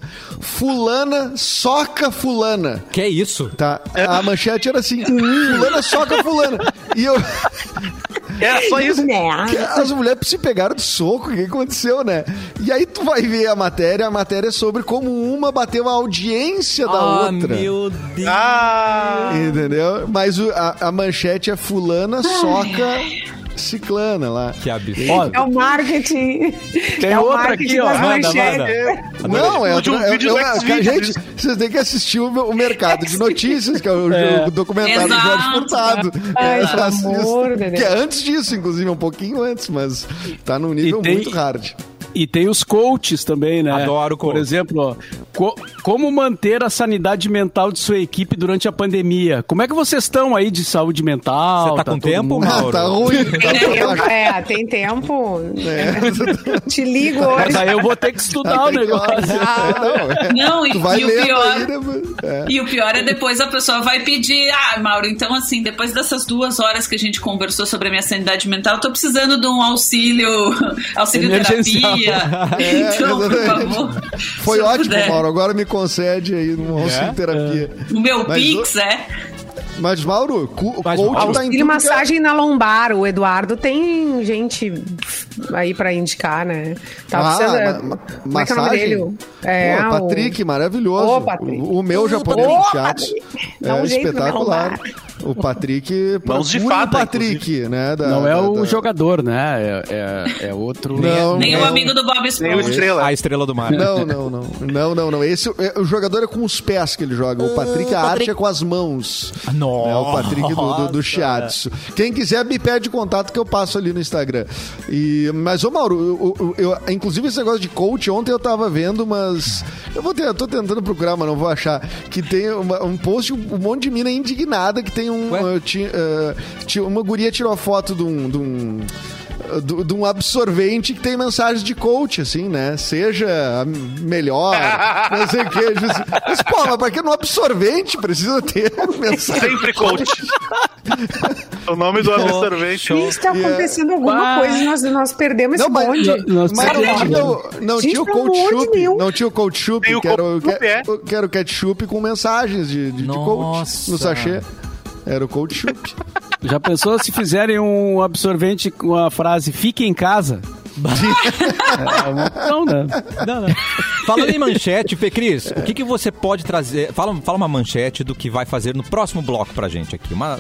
Fulana soca Fulana.
Que é isso?
Tá?
É.
A manchete era assim: Fulana soca Fulana. E eu.
Era só isso.
Que
Né?
As mulheres se pegaram de soco, o que aconteceu, né? E aí tu vai ver a matéria, a matéria é sobre como uma bateu a audiência da
Ah,
outra.
meu Deus.
Ah!
Entendeu? Mas o- a, a manchete é fulana, soca, ciclana lá.
Que absurdo.
Ó,
É o marketing.
Tem
é o
outra
marketing
aqui, ó.
das
Manda,
manchetes.
manda.
Não, é,
de um
é-
vídeo
é-
do
é-
Xvideos.
Gente, vocês têm que assistir o, meu- o Mercado de Notícias, que é o, o documentário do Jorge
Exato.
Furtado.
Ai,
É,
pelo
assista.
amor de Deus.
Que é antes disso, inclusive, um pouquinho antes, mas tá num nível
tem-
muito hard.
E tem os coaches também, né?
Adoro
Por
coach.
exemplo, ó, co- como manter a sanidade mental de sua equipe durante a pandemia? Como é que vocês estão aí de saúde mental?
Você tá com
todo
tempo,
mundo-
Mauro?
tá ruim. Tá
Tem tempo, é, tem tempo. Te ligo
É. Mas
hoje.
aí eu vou ter que estudar o
Tem que-
negócio.
Não, é.
Não, e,
Tu vai
Ah, e o
lendo
pior.
aí, né, mano? É.
E o pior é depois a pessoa vai pedir, ah, Mauro, então assim, depois dessas duas horas que a gente conversou sobre a minha sanidade mental, tô precisando de um auxílio, auxílio
Emergencial.
terapia.
É,
então, por
exatamente.
favor.
Foi
se eu
ótimo,
puder.
Mauro. Agora me concede aí no
É.
auxílio terapia.
O meu
Mas
Pix, é.
Mas, Mauro, cu-
Mas,
coach
Mauro,
tá em tudo que
E
é-
massagem na lombar. O Eduardo tem gente aí pra indicar, né? Tá
Ah,
precisando.
ma- ma-
Como é que é o nome
massagem?
dele? É,
Pô,
o-
Patrick, maravilhoso.
Ô, Patrick.
O, o meu japonês
Ô,
do teatro.
Patrick.
É
Dá um jeito na
espetacular.
lombar.
O Patrick.
Mãos de
procure o
fada,
Patrick, né? da-
Não
da-
é o
da-
jogador, né? É, é- é outro.
Não,
Nem o
não.
amigo do Bob
Nem o
Esponja.
Estrela.
A estrela do mar.
Não, não, não. Não, não, não. Esse, é, o jogador é com os pés que ele joga. O Patrick, a arte é com as mãos.
Ah,
Nossa.
É o Patrick do, do, do Shiatsu. Quem quiser, me pede contato que eu passo ali no Instagram. E, mas, ô Mauro, eu, eu- eu- inclusive esse negócio de coach, ontem eu tava vendo, mas. Eu vou ter, eu tô tentando procurar, mas não vou achar. Que tem uma- um post, um monte de mina indignada que tem um.
Ué?
eh, ti- eh, ti- uma guria tirou a foto de um. De um do- de um absorvente que tem mensagem de coach, assim, né? Seja a melhor, não sei o que. Mas, pô, mas pra que no absorvente precisa ter mensagem?
Sempre coach. o nome do absorvente.
Gente, está
E, é,
tá acontecendo alguma
bah.
coisa e nós, nós perdemos
Não,
esse
mas,
bonde.
não,
Nós
mas não,
temos que-
tinha o- não
Gente,
tinha o
pelo
cold
amor de
chup.
Deus.
Não tinha o cold chup,
Tem o
que era o,
cold
que,
chup, é.
que era o ketchup com mensagens de, de, de coach
Nossa.
no sachê. Era o cold chup.
Já pensou se fizerem um absorvente com a frase fique em casa? É, não, né?
Não, não. Falando em manchete, Fê Cris, o que, que você pode trazer? Fala, fala uma manchete do que vai fazer no próximo bloco pra gente aqui. Uma...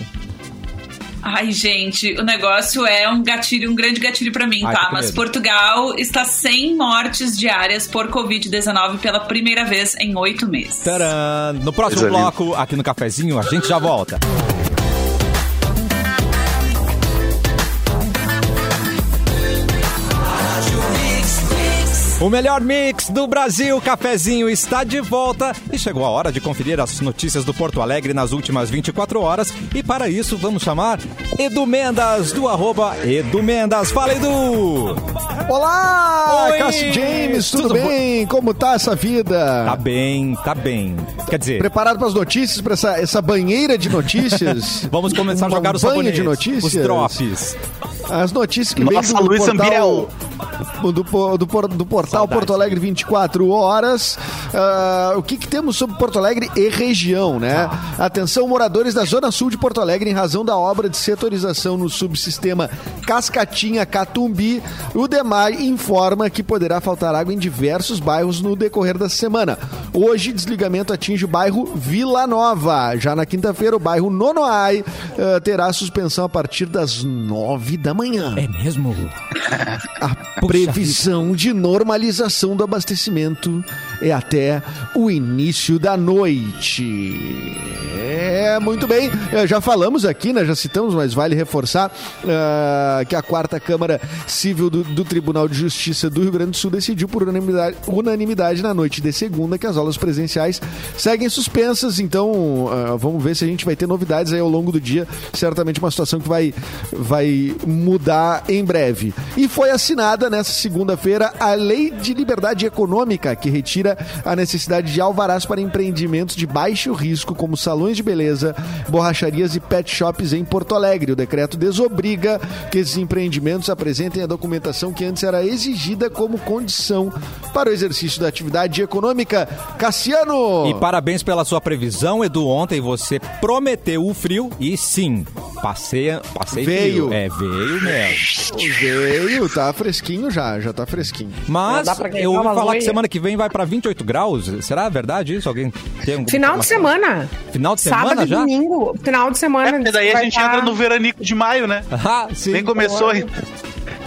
Ai, gente, o negócio é um gatilho, um grande gatilho pra mim,
Ai, tô
tá?
com
Mas
medo.
Portugal está sem mortes diárias por Covid-19 pela primeira vez em oito meses.
Tcharam! No próximo
Coisa linda.
bloco, aqui no cafezinho, a gente já volta. O melhor mix do Brasil, cafezinho está de volta e chegou a hora de conferir as notícias do Porto Alegre nas últimas 24 horas. E para isso vamos chamar Edu Mendas do arroba Edu Mendas. Fala Edu!
Olá,
Oi,
Cássio James, tudo,
tudo
bem? Como tá essa vida?
Tá bem, tá bem. Quer dizer,
Preparado para as notícias, para essa, essa banheira de notícias?
vamos começar a
Uma
jogar os
banha
sabonetes,
de notícias?
os drops.
As notícias que
Nossa,
vem do
Luiz
portal,
Ambiel.
do, po- do por- do portal
Saudade.
Porto Alegre 24 horas. Ah, o que, que temos sobre Porto Alegre e região, né? Atenção, moradores da zona sul de Porto Alegre, em razão da obra de setorização no subsistema Cascatinha Catumbi, o DEMAI informa que poderá faltar água em diversos bairros no decorrer da semana. Hoje, desligamento atinge o bairro Vila Nova. Já na quinta-feira, o bairro Nonoai ah, terá suspensão a partir das nove da manhã.
É mesmo?
A previsão de normalização do abastecimento é até o início da noite. É, muito bem. É, Já falamos aqui, né? Já citamos, mas vale reforçar ah, que a quarta Câmara Civil do, do Tribunal de Justiça do Rio Grande do Sul decidiu por unanimidade, unanimidade na noite de segunda que as aulas presenciais seguem suspensas. Então, ah, vamos ver se a gente vai ter novidades aí ao longo do dia. Certamente uma situação que vai, vai mudar em breve. E foi assinada nessa segunda-feira a Lei de Liberdade Econômica, que retira a necessidade de alvarás para empreendimentos de baixo risco, como salões de beleza, borracharias e pet shops em Porto Alegre. O decreto desobriga que esses empreendimentos apresentem a documentação que antes era exigida como condição para o exercício da atividade econômica. Cassiano!
E parabéns pela sua previsão, Edu. Ontem você prometeu o frio e sim, passei, passei
Veio.
frio. É, veio mesmo.
Veio, tá fresquinho já, já tá fresquinho.
Mas
dá pra quem
eu ouvi
toma
falar
banho.
que semana que vem vai pra 28 graus. Será verdade isso? Alguém tem alguma
Final
informação?
de semana.
Final de
Sábado
semana
e
já?
domingo. Final de
É,
semana.
porque daí a
vai
gente
tá-
entra no veranico de maio, né?
Ah, sim.
Nem começou ainda.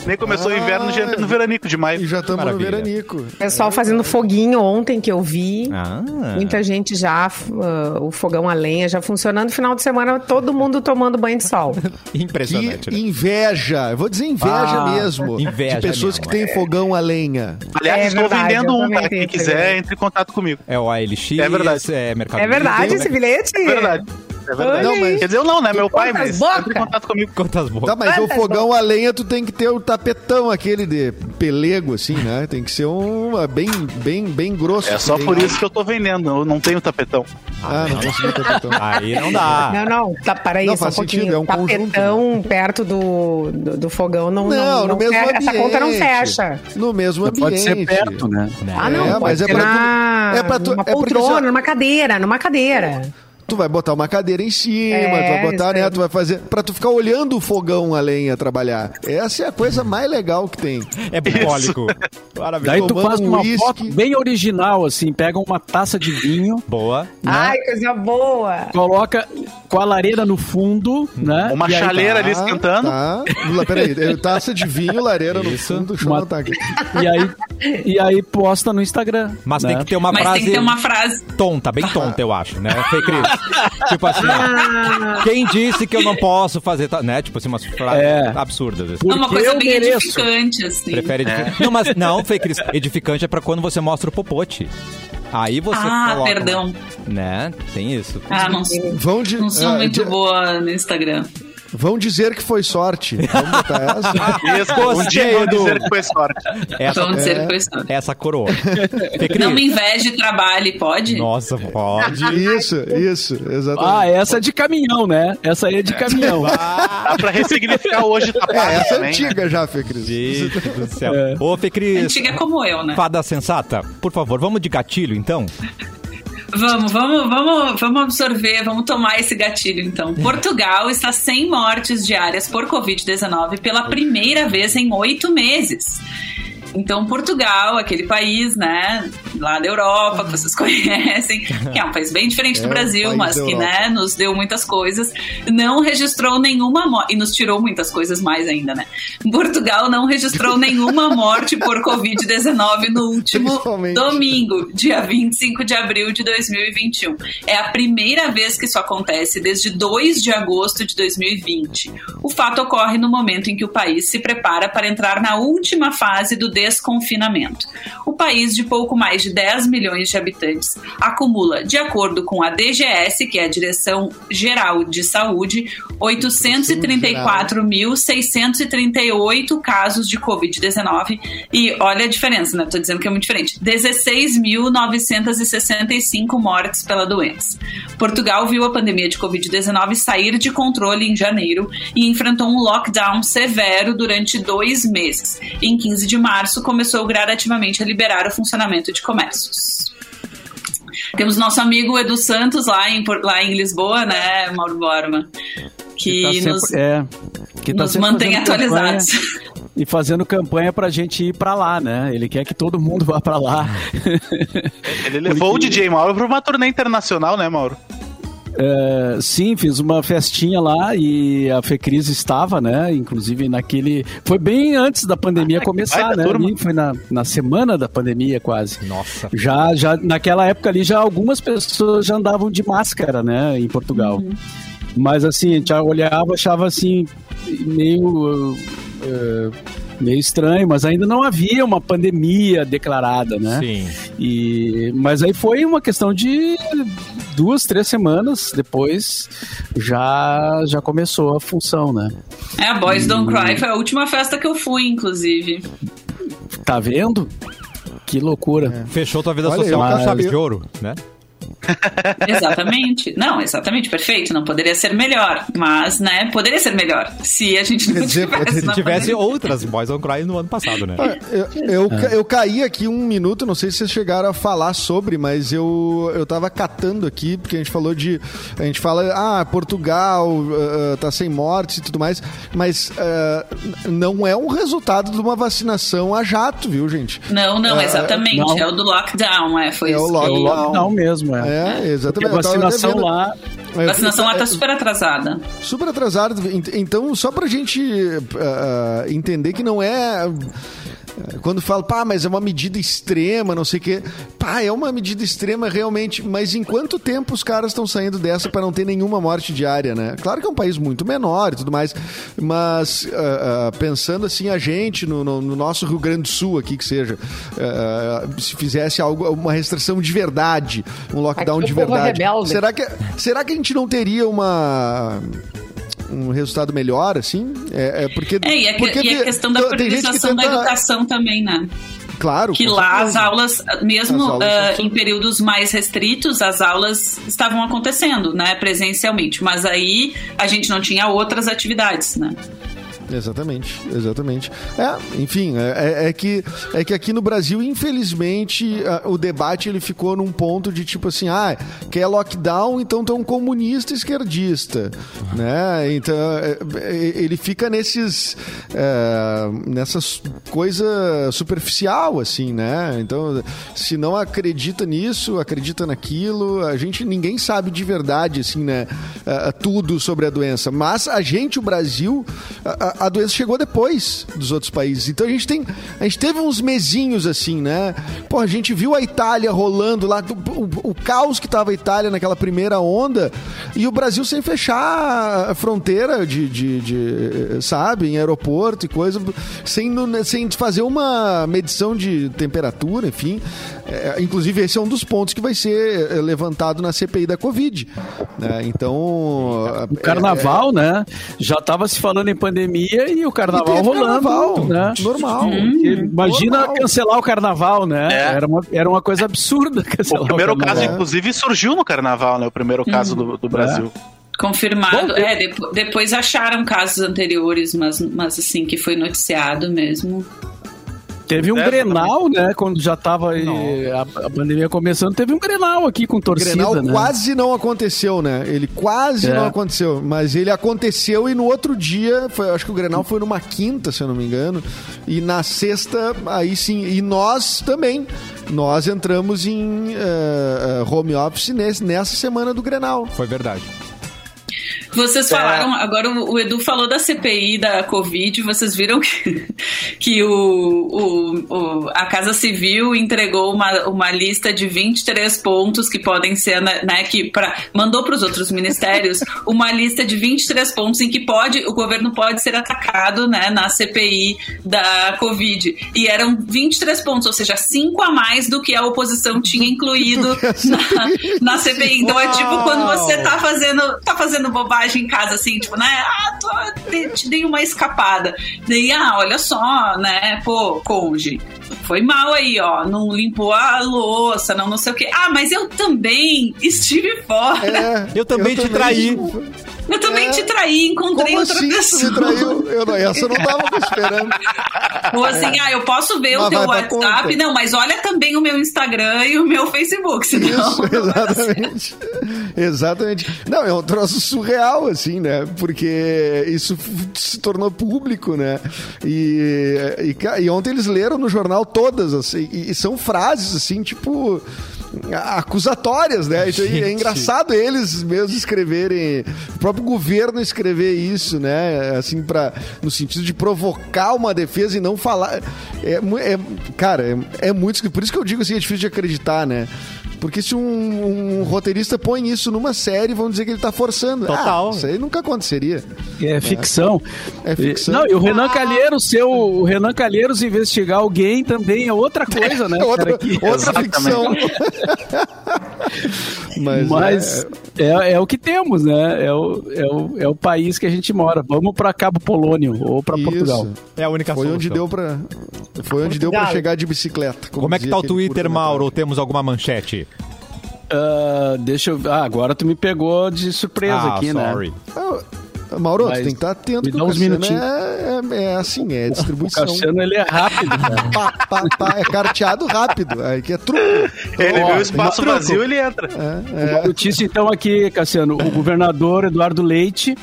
Nem começou o inverno, já entra no veranico de
Ah, E
maio.
já estamos no
Maravilha.
veranico.
O pessoal fazendo foguinho ontem que eu vi.
Ah.
Muita gente já, f- ah, o fogão a lenha já funcionando. Final de semana, todo mundo tomando banho de sol.
Impressionante.
Que
né?
inveja. Eu vou dizer inveja
Ah,
mesmo.
inveja
de pessoas
mesmo,
que têm fogão a lenha.
Aliás,
É
estou
verdade,
vendendo
eu
um,
também
tá?
tenho esse
Quem quiser,
negócio.
entre em contato comigo.
É o ALX,
É verdade.
é Mercado
É
Livre,
verdade
né?
esse bilhete?
É verdade. É verdade.
Não, mas-
Quer dizer, eu não, né? Meu pai,
Quantas
mas
bocas?
entre em contato comigo.
Quantas bocas.
Tá, mas o
Quantas
fogão a lenha, tu tem que ter o tapetão aquele de pelego, assim, né? Tem que ser um ah, bem, bem, bem grosso.
É só
Bem-
por isso que eu tô vendendo, eu não tenho tapetão.
Ah, não consegui tapetão.
Aí não dá.
Não, não, tá, para aí,
Ah. Não,
só um
faz
pouquinho.
sentido, é um
Tapetão perto do, do, do fogão não, não,
Não, no
não
mesmo
fe-
ambiente.
Essa conta não fecha.
No mesmo ambiente.
Pode ser perto, né?
Ah, não,
É,
pode
mas é
ser
pra tu-
na,
é pra tu-
numa
é porque
poltrona,
se-
numa cadeira, numa cadeira.
Tu vai botar uma cadeira em cima,
É,
tu vai botar,
isso
né?
aí.
Tu vai fazer. Pra tu ficar olhando o fogão a lenha trabalhar. Essa é a coisa mais legal que tem.
É bucólico. Maravilhoso.
Daí tu
Tomando
faz
um
uma
uísque.
foto bem original, assim, pega uma taça de vinho,
Boa.
Ai, coisa boa.
coloca com a lareira no fundo, né?
Uma
E aí-
chaleira ali esquentando.
Tá. Lá, Peraí, eu- taça de vinho, lareira
Isso.
no fundo, deixa eu
Uma-
anotar aqui.
E aí, e aí posta no Instagram.
Mas
né?
tem que ter uma
Mas
frase
tem que ter uma frase.
tonta, bem tonta, eu acho, né? Fê Cris. tipo assim,
Ah,
quem disse que eu não posso fazer, ta- né? Tipo assim, umas frases
É.
absurdas. assim.
É uma
Porque
coisa
eu
bem
mereço.
edificante, assim.
Prefere edificante. Não, mas não, Fê Cris, edificante é pra quando você mostra o popote. Aí você
Ah,
coloca,
perdão.
Né? Tem isso.
Ah, não,
Vão de,
não sou
ah,
muito
de-
boa no Instagram.
Vão dizer que foi sorte. Vamos botar essa?
Isso, um dia eu vou
Edu.
dizer que foi sorte.
Essa, é
Vamos dizer que foi sorte.
essa coroa. Fê Cris,
tá Não me inveje, trabalhe, pode?
Nossa, pode.
Isso, isso,
Ah,
exatamente.
essa é de caminhão, né? Essa aí é de caminhão.
Dá pra ressignificar hoje tá
é, essa é
também, né?
antiga já, Fê Cris.
Gente do céu. Ô, Fê Cris,
É. Antiga como eu, né?
fada sensata, por favor, vamos de gatilho, então?
Vamos, vamos, vamos, vamos absorver, vamos tomar esse gatilho então.
É.
Portugal está sem mortes diárias por Covid-19 pela primeira vez em oito meses. Então, Portugal, aquele país, né, lá da Europa, que vocês conhecem, que é um país bem diferente
É
do
um
Brasil,
país
mas
da
que,
Europa.
né, nos deu muitas coisas, não registrou nenhuma morte, e nos tirou muitas coisas mais ainda, né. Portugal não registrou nenhuma morte por Covid-19 no último
Principalmente.
domingo domingo, dia 25 de abril de 2021. É a primeira vez que isso acontece desde 2 de agosto de 2020. O fato ocorre no momento em que o país se prepara para entrar na última fase do desconfinamento. O país, de pouco mais de 10 milhões de habitantes, acumula, de acordo com a DGS, que é a Direção Geral de Saúde, 834.638 casos de Covid-19. E olha a diferença, né? Tô dizendo que é muito diferente. 16.965 mortes pela doença. Portugal viu a pandemia de Covid-19 sair de controle em janeiro e enfrentou um lockdown severo durante dois meses. Em 15 de março, começou gradativamente a liberar o funcionamento de comércios. Temos nosso amigo Edu Santos lá em, Por- lá em Lisboa, né, Mauro Borma? Que,
tá sempre-
nos,
é, que tá
nos
sempre
mantém
fazendo campanha
atualizados.
E fazendo campanha pra gente ir pra lá, né? Ele quer que todo mundo vá pra lá.
Ele levou o DJ Mauro pra uma turnê internacional, né, Mauro?
É, sim, fiz uma festinha lá e a Fecris estava, né? Inclusive naquele. Foi bem antes da pandemia
Ah, que
começar,
baita
né?
turma.
Ali Foi na, na semana da pandemia, quase.
Nossa.
Já, já, naquela época ali, já algumas pessoas já andavam de máscara, né, em Portugal. Mas assim, a gente olhava, achava assim, meio. uh, uh, meio estranho, mas ainda não havia uma pandemia declarada, né?
Sim.
E, mas aí foi uma questão de duas, três semanas depois já já começou a função, né?
É, Boys Don't Cry foi a última festa que eu fui, inclusive.
Tá vendo? Que loucura.
Fechou tua vida
Olha,
social
eu-
com a chave
eu-
de ouro, né?
Exatamente. Não, exatamente, perfeito. Não poderia ser melhor. Mas, né, poderia ser melhor. Se a gente não
Quer dizer,
tivesse.
Se
na
tivesse
pandemia.
outras Boys on Cry no ano passado, né?
Ah, Eu, eu, ca- eu caí aqui um minuto, não sei se vocês chegaram a falar sobre, mas eu, eu tava catando aqui, porque a gente falou de. A gente fala, ah, Portugal ah, ah, tá sem mortes e tudo mais, mas ah, n- não é um resultado de uma vacinação a jato, viu, gente?
Não, não,
É,
exatamente.
não.
É o do lockdown, é. Foi
É
isso.
o
que-
É o
lockdown.
lockdown mesmo, é.
É,
Porque a
exatamente. Eu tava até
vacinação
vendo-
lá
A
Eu-
vacinação lá
eu-
tá super atrasada.
Super atrasado. Ent- Então, só pra gente ah, ah, entender que não é. ah, Quando fala, pá, mas é uma medida extrema, não sei o quê. Pá, é uma medida extrema realmente, mas em quanto tempo os caras estão saindo dessa pra não ter nenhuma morte diária, né? Claro que é um país muito menor e tudo mais, mas ah, ah, pensando assim, a gente, no, no- no nosso Rio Grande do Sul aqui que seja, ah, ah, se fizesse algo, uma restrição de verdade, um lockdown
Aqui
de
o povo é
verdade.
rebelde.
Será que, será que a gente não teria uma um resultado melhor, assim? É, é porque,
É, e a, que-
porque
e a
tem-
questão da
tem gente que
priorização da
tenta-
educação também, né?
Claro.
Que
com
lá as
certeza.
aulas, mesmo
As aulas
ah,
são-
em períodos mais restritos, as aulas estavam acontecendo, né, presencialmente. Mas aí a gente não tinha outras atividades, né?
Exatamente, exatamente. É, enfim, é, é- é que, é que aqui no Brasil, infelizmente, a- o debate ele ficou num ponto de tipo assim, ah, quer lockdown, então tu é um comunista esquerdista, né? Então, é, é, ele fica nesses... é, nessas coisa superficial, assim, né? Então, se não acredita nisso, acredita naquilo, a gente, ninguém sabe de verdade, assim, né? ah, tudo sobre a doença. Mas a gente, o Brasil, a, a- a doença chegou depois dos outros países. Então a gente tem. A gente teve uns mesinhos assim, né? Pô, a gente viu a Itália rolando lá, o, o- o caos que tava a Itália naquela primeira onda, e o Brasil sem fechar a fronteira de, de- de, sabe, em aeroporto e coisa, sem, no- né, sem fazer uma medição de temperatura, enfim. É, inclusive, esse é um dos pontos que vai ser eh, levantado na CPI da Covid. né? Então, Então.
O carnaval, né? Já estava se falando em pandemia e o carnaval
E teve
rolando.
carnaval,
né?
normal.
Porque Imagina
Normal.
cancelar o carnaval, né?
É.
Era, uma, era uma coisa absurda cancelar
O primeiro
carnaval.
caso, inclusive, surgiu no carnaval, né? O primeiro caso do, do Brasil.
Confirmado. é, depo- depois acharam casos anteriores, mas, mas assim, que foi noticiado mesmo.
Teve um
É,
Grenal, né? Quando já tava eh, a, a pandemia começando, teve um Grenal aqui com
O
torcida,
Grenal
né?
quase não aconteceu, né? Ele quase
É.
não aconteceu, mas ele aconteceu e no outro dia, foi, acho que o Grenal foi numa quinta, se eu não me engano, e na sexta, aí sim, e nós também, nós entramos em eh, eh, home office nesse- nessa semana do Grenal.
Foi verdade.
Vocês falaram, agora o o Edu falou da CPI da Covid, vocês viram que, que o, o- o- a Casa Civil entregou uma, uma lista de 23 pontos que podem ser, né, né, que pra, mandou para os outros ministérios uma lista de 23 pontos em que pode, o governo pode ser atacado né, na CPI da Covid. E eram 23 pontos, ou seja, 5 a mais do que a oposição tinha incluído na, na CPI. Então é tipo quando você tá fazendo, tá fazendo bobagem em casa, assim, tipo, né? Ah, tô- te, te dei uma escapada. Daí, ah, olha só, né? Pô, conge. Foi mal aí, ó. Não limpou a louça, não, não sei o quê. Ah, mas eu também estive fora.
É,
Eu também te traí.
Eu também
É.
te traí, encontrei
Como
outra
assim tu
pessoa.
me traiu? Eu não, essa eu não tava esperando.
Ou assim, ah, eu posso ver
Mas
o teu
vai pra
WhatsApp.
conta.
Não, mas olha também o meu Instagram e o meu Facebook, senão.
Isso, exatamente. exatamente. Não, é um troço surreal, assim, né? Porque isso f- se tornou público, né? E, e, ca- e ontem eles leram no jornal todas, assim, e, e são frases, assim, tipo a- acusatórias, né? Então, e é
Gente.
engraçado eles mesmos escreverem, o próprio governo escrever isso, né? Assim para no sentido de provocar uma defesa e não falar. É, mu- é- cara, é, é muito por isso que eu digo assim é difícil de acreditar, né? Porque se um, um roteirista põe isso numa série, vão dizer que ele tá forçando.
Total.
Ah, isso aí nunca aconteceria.
É ficção.
É ficção.
E- Não, e o Renan Calheiros, seu o Renan Calheiros investigar alguém também é outra coisa, né?
É
cara,
outra,
que-
outra ficção. Mas,
Mas é, é o que temos, né? É o, é, o, é o país que a gente mora. Vamos para Cabo Polônio ou para
é,
Portugal.
isso.
É a única
Foi
solução.
onde deu para foi onde deu para
Portugal.
chegar de bicicleta.
Como é que
dizia
tá o
aquele
Twitter,
curta-metragem.
Mauro? Temos alguma manchete?
Ah, deixa eu ver. Ah, agora tu me pegou de surpresa
ah,
aqui,
sorry.
né?
Ah, Mauro,
Mas
tu tem que estar atento
me
que
dá
o
uns
Cassiano
minutinhos.
é, é, é assim, é
O
distribuição.
Cassiano, ele é rápido, né?
Pá, pá, pá, é carteado rápido. Aí que é truco.
Ele
ó,
vê o espaço
truco.
vazio, ele entra.
Uma notícia então aqui, Cassiano. O governador Eduardo Leite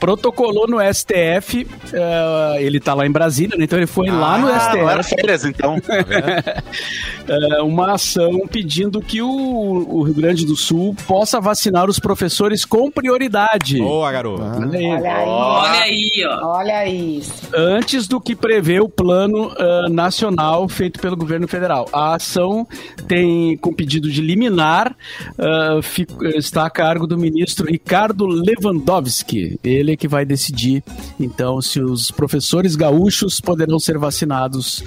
protocolou no STF, eh, ele tá lá em Brasília, né? então ele foi lá no
Ah, não era
STF
férias, então.
eh, uma ação pedindo que o, o Rio Grande do Sul possa vacinar os professores com prioridade.
Boa, garoto.
Né?
Olha aí.
Olha aí, ó.
Olha isso.
antes do que prevê o plano ah, nacional feito pelo governo federal. A ação tem, com pedido de liminar, ah, fi- está a cargo do ministro Ricardo Lewandowski. Ele é que vai decidir, então, se os professores gaúchos poderão ser vacinados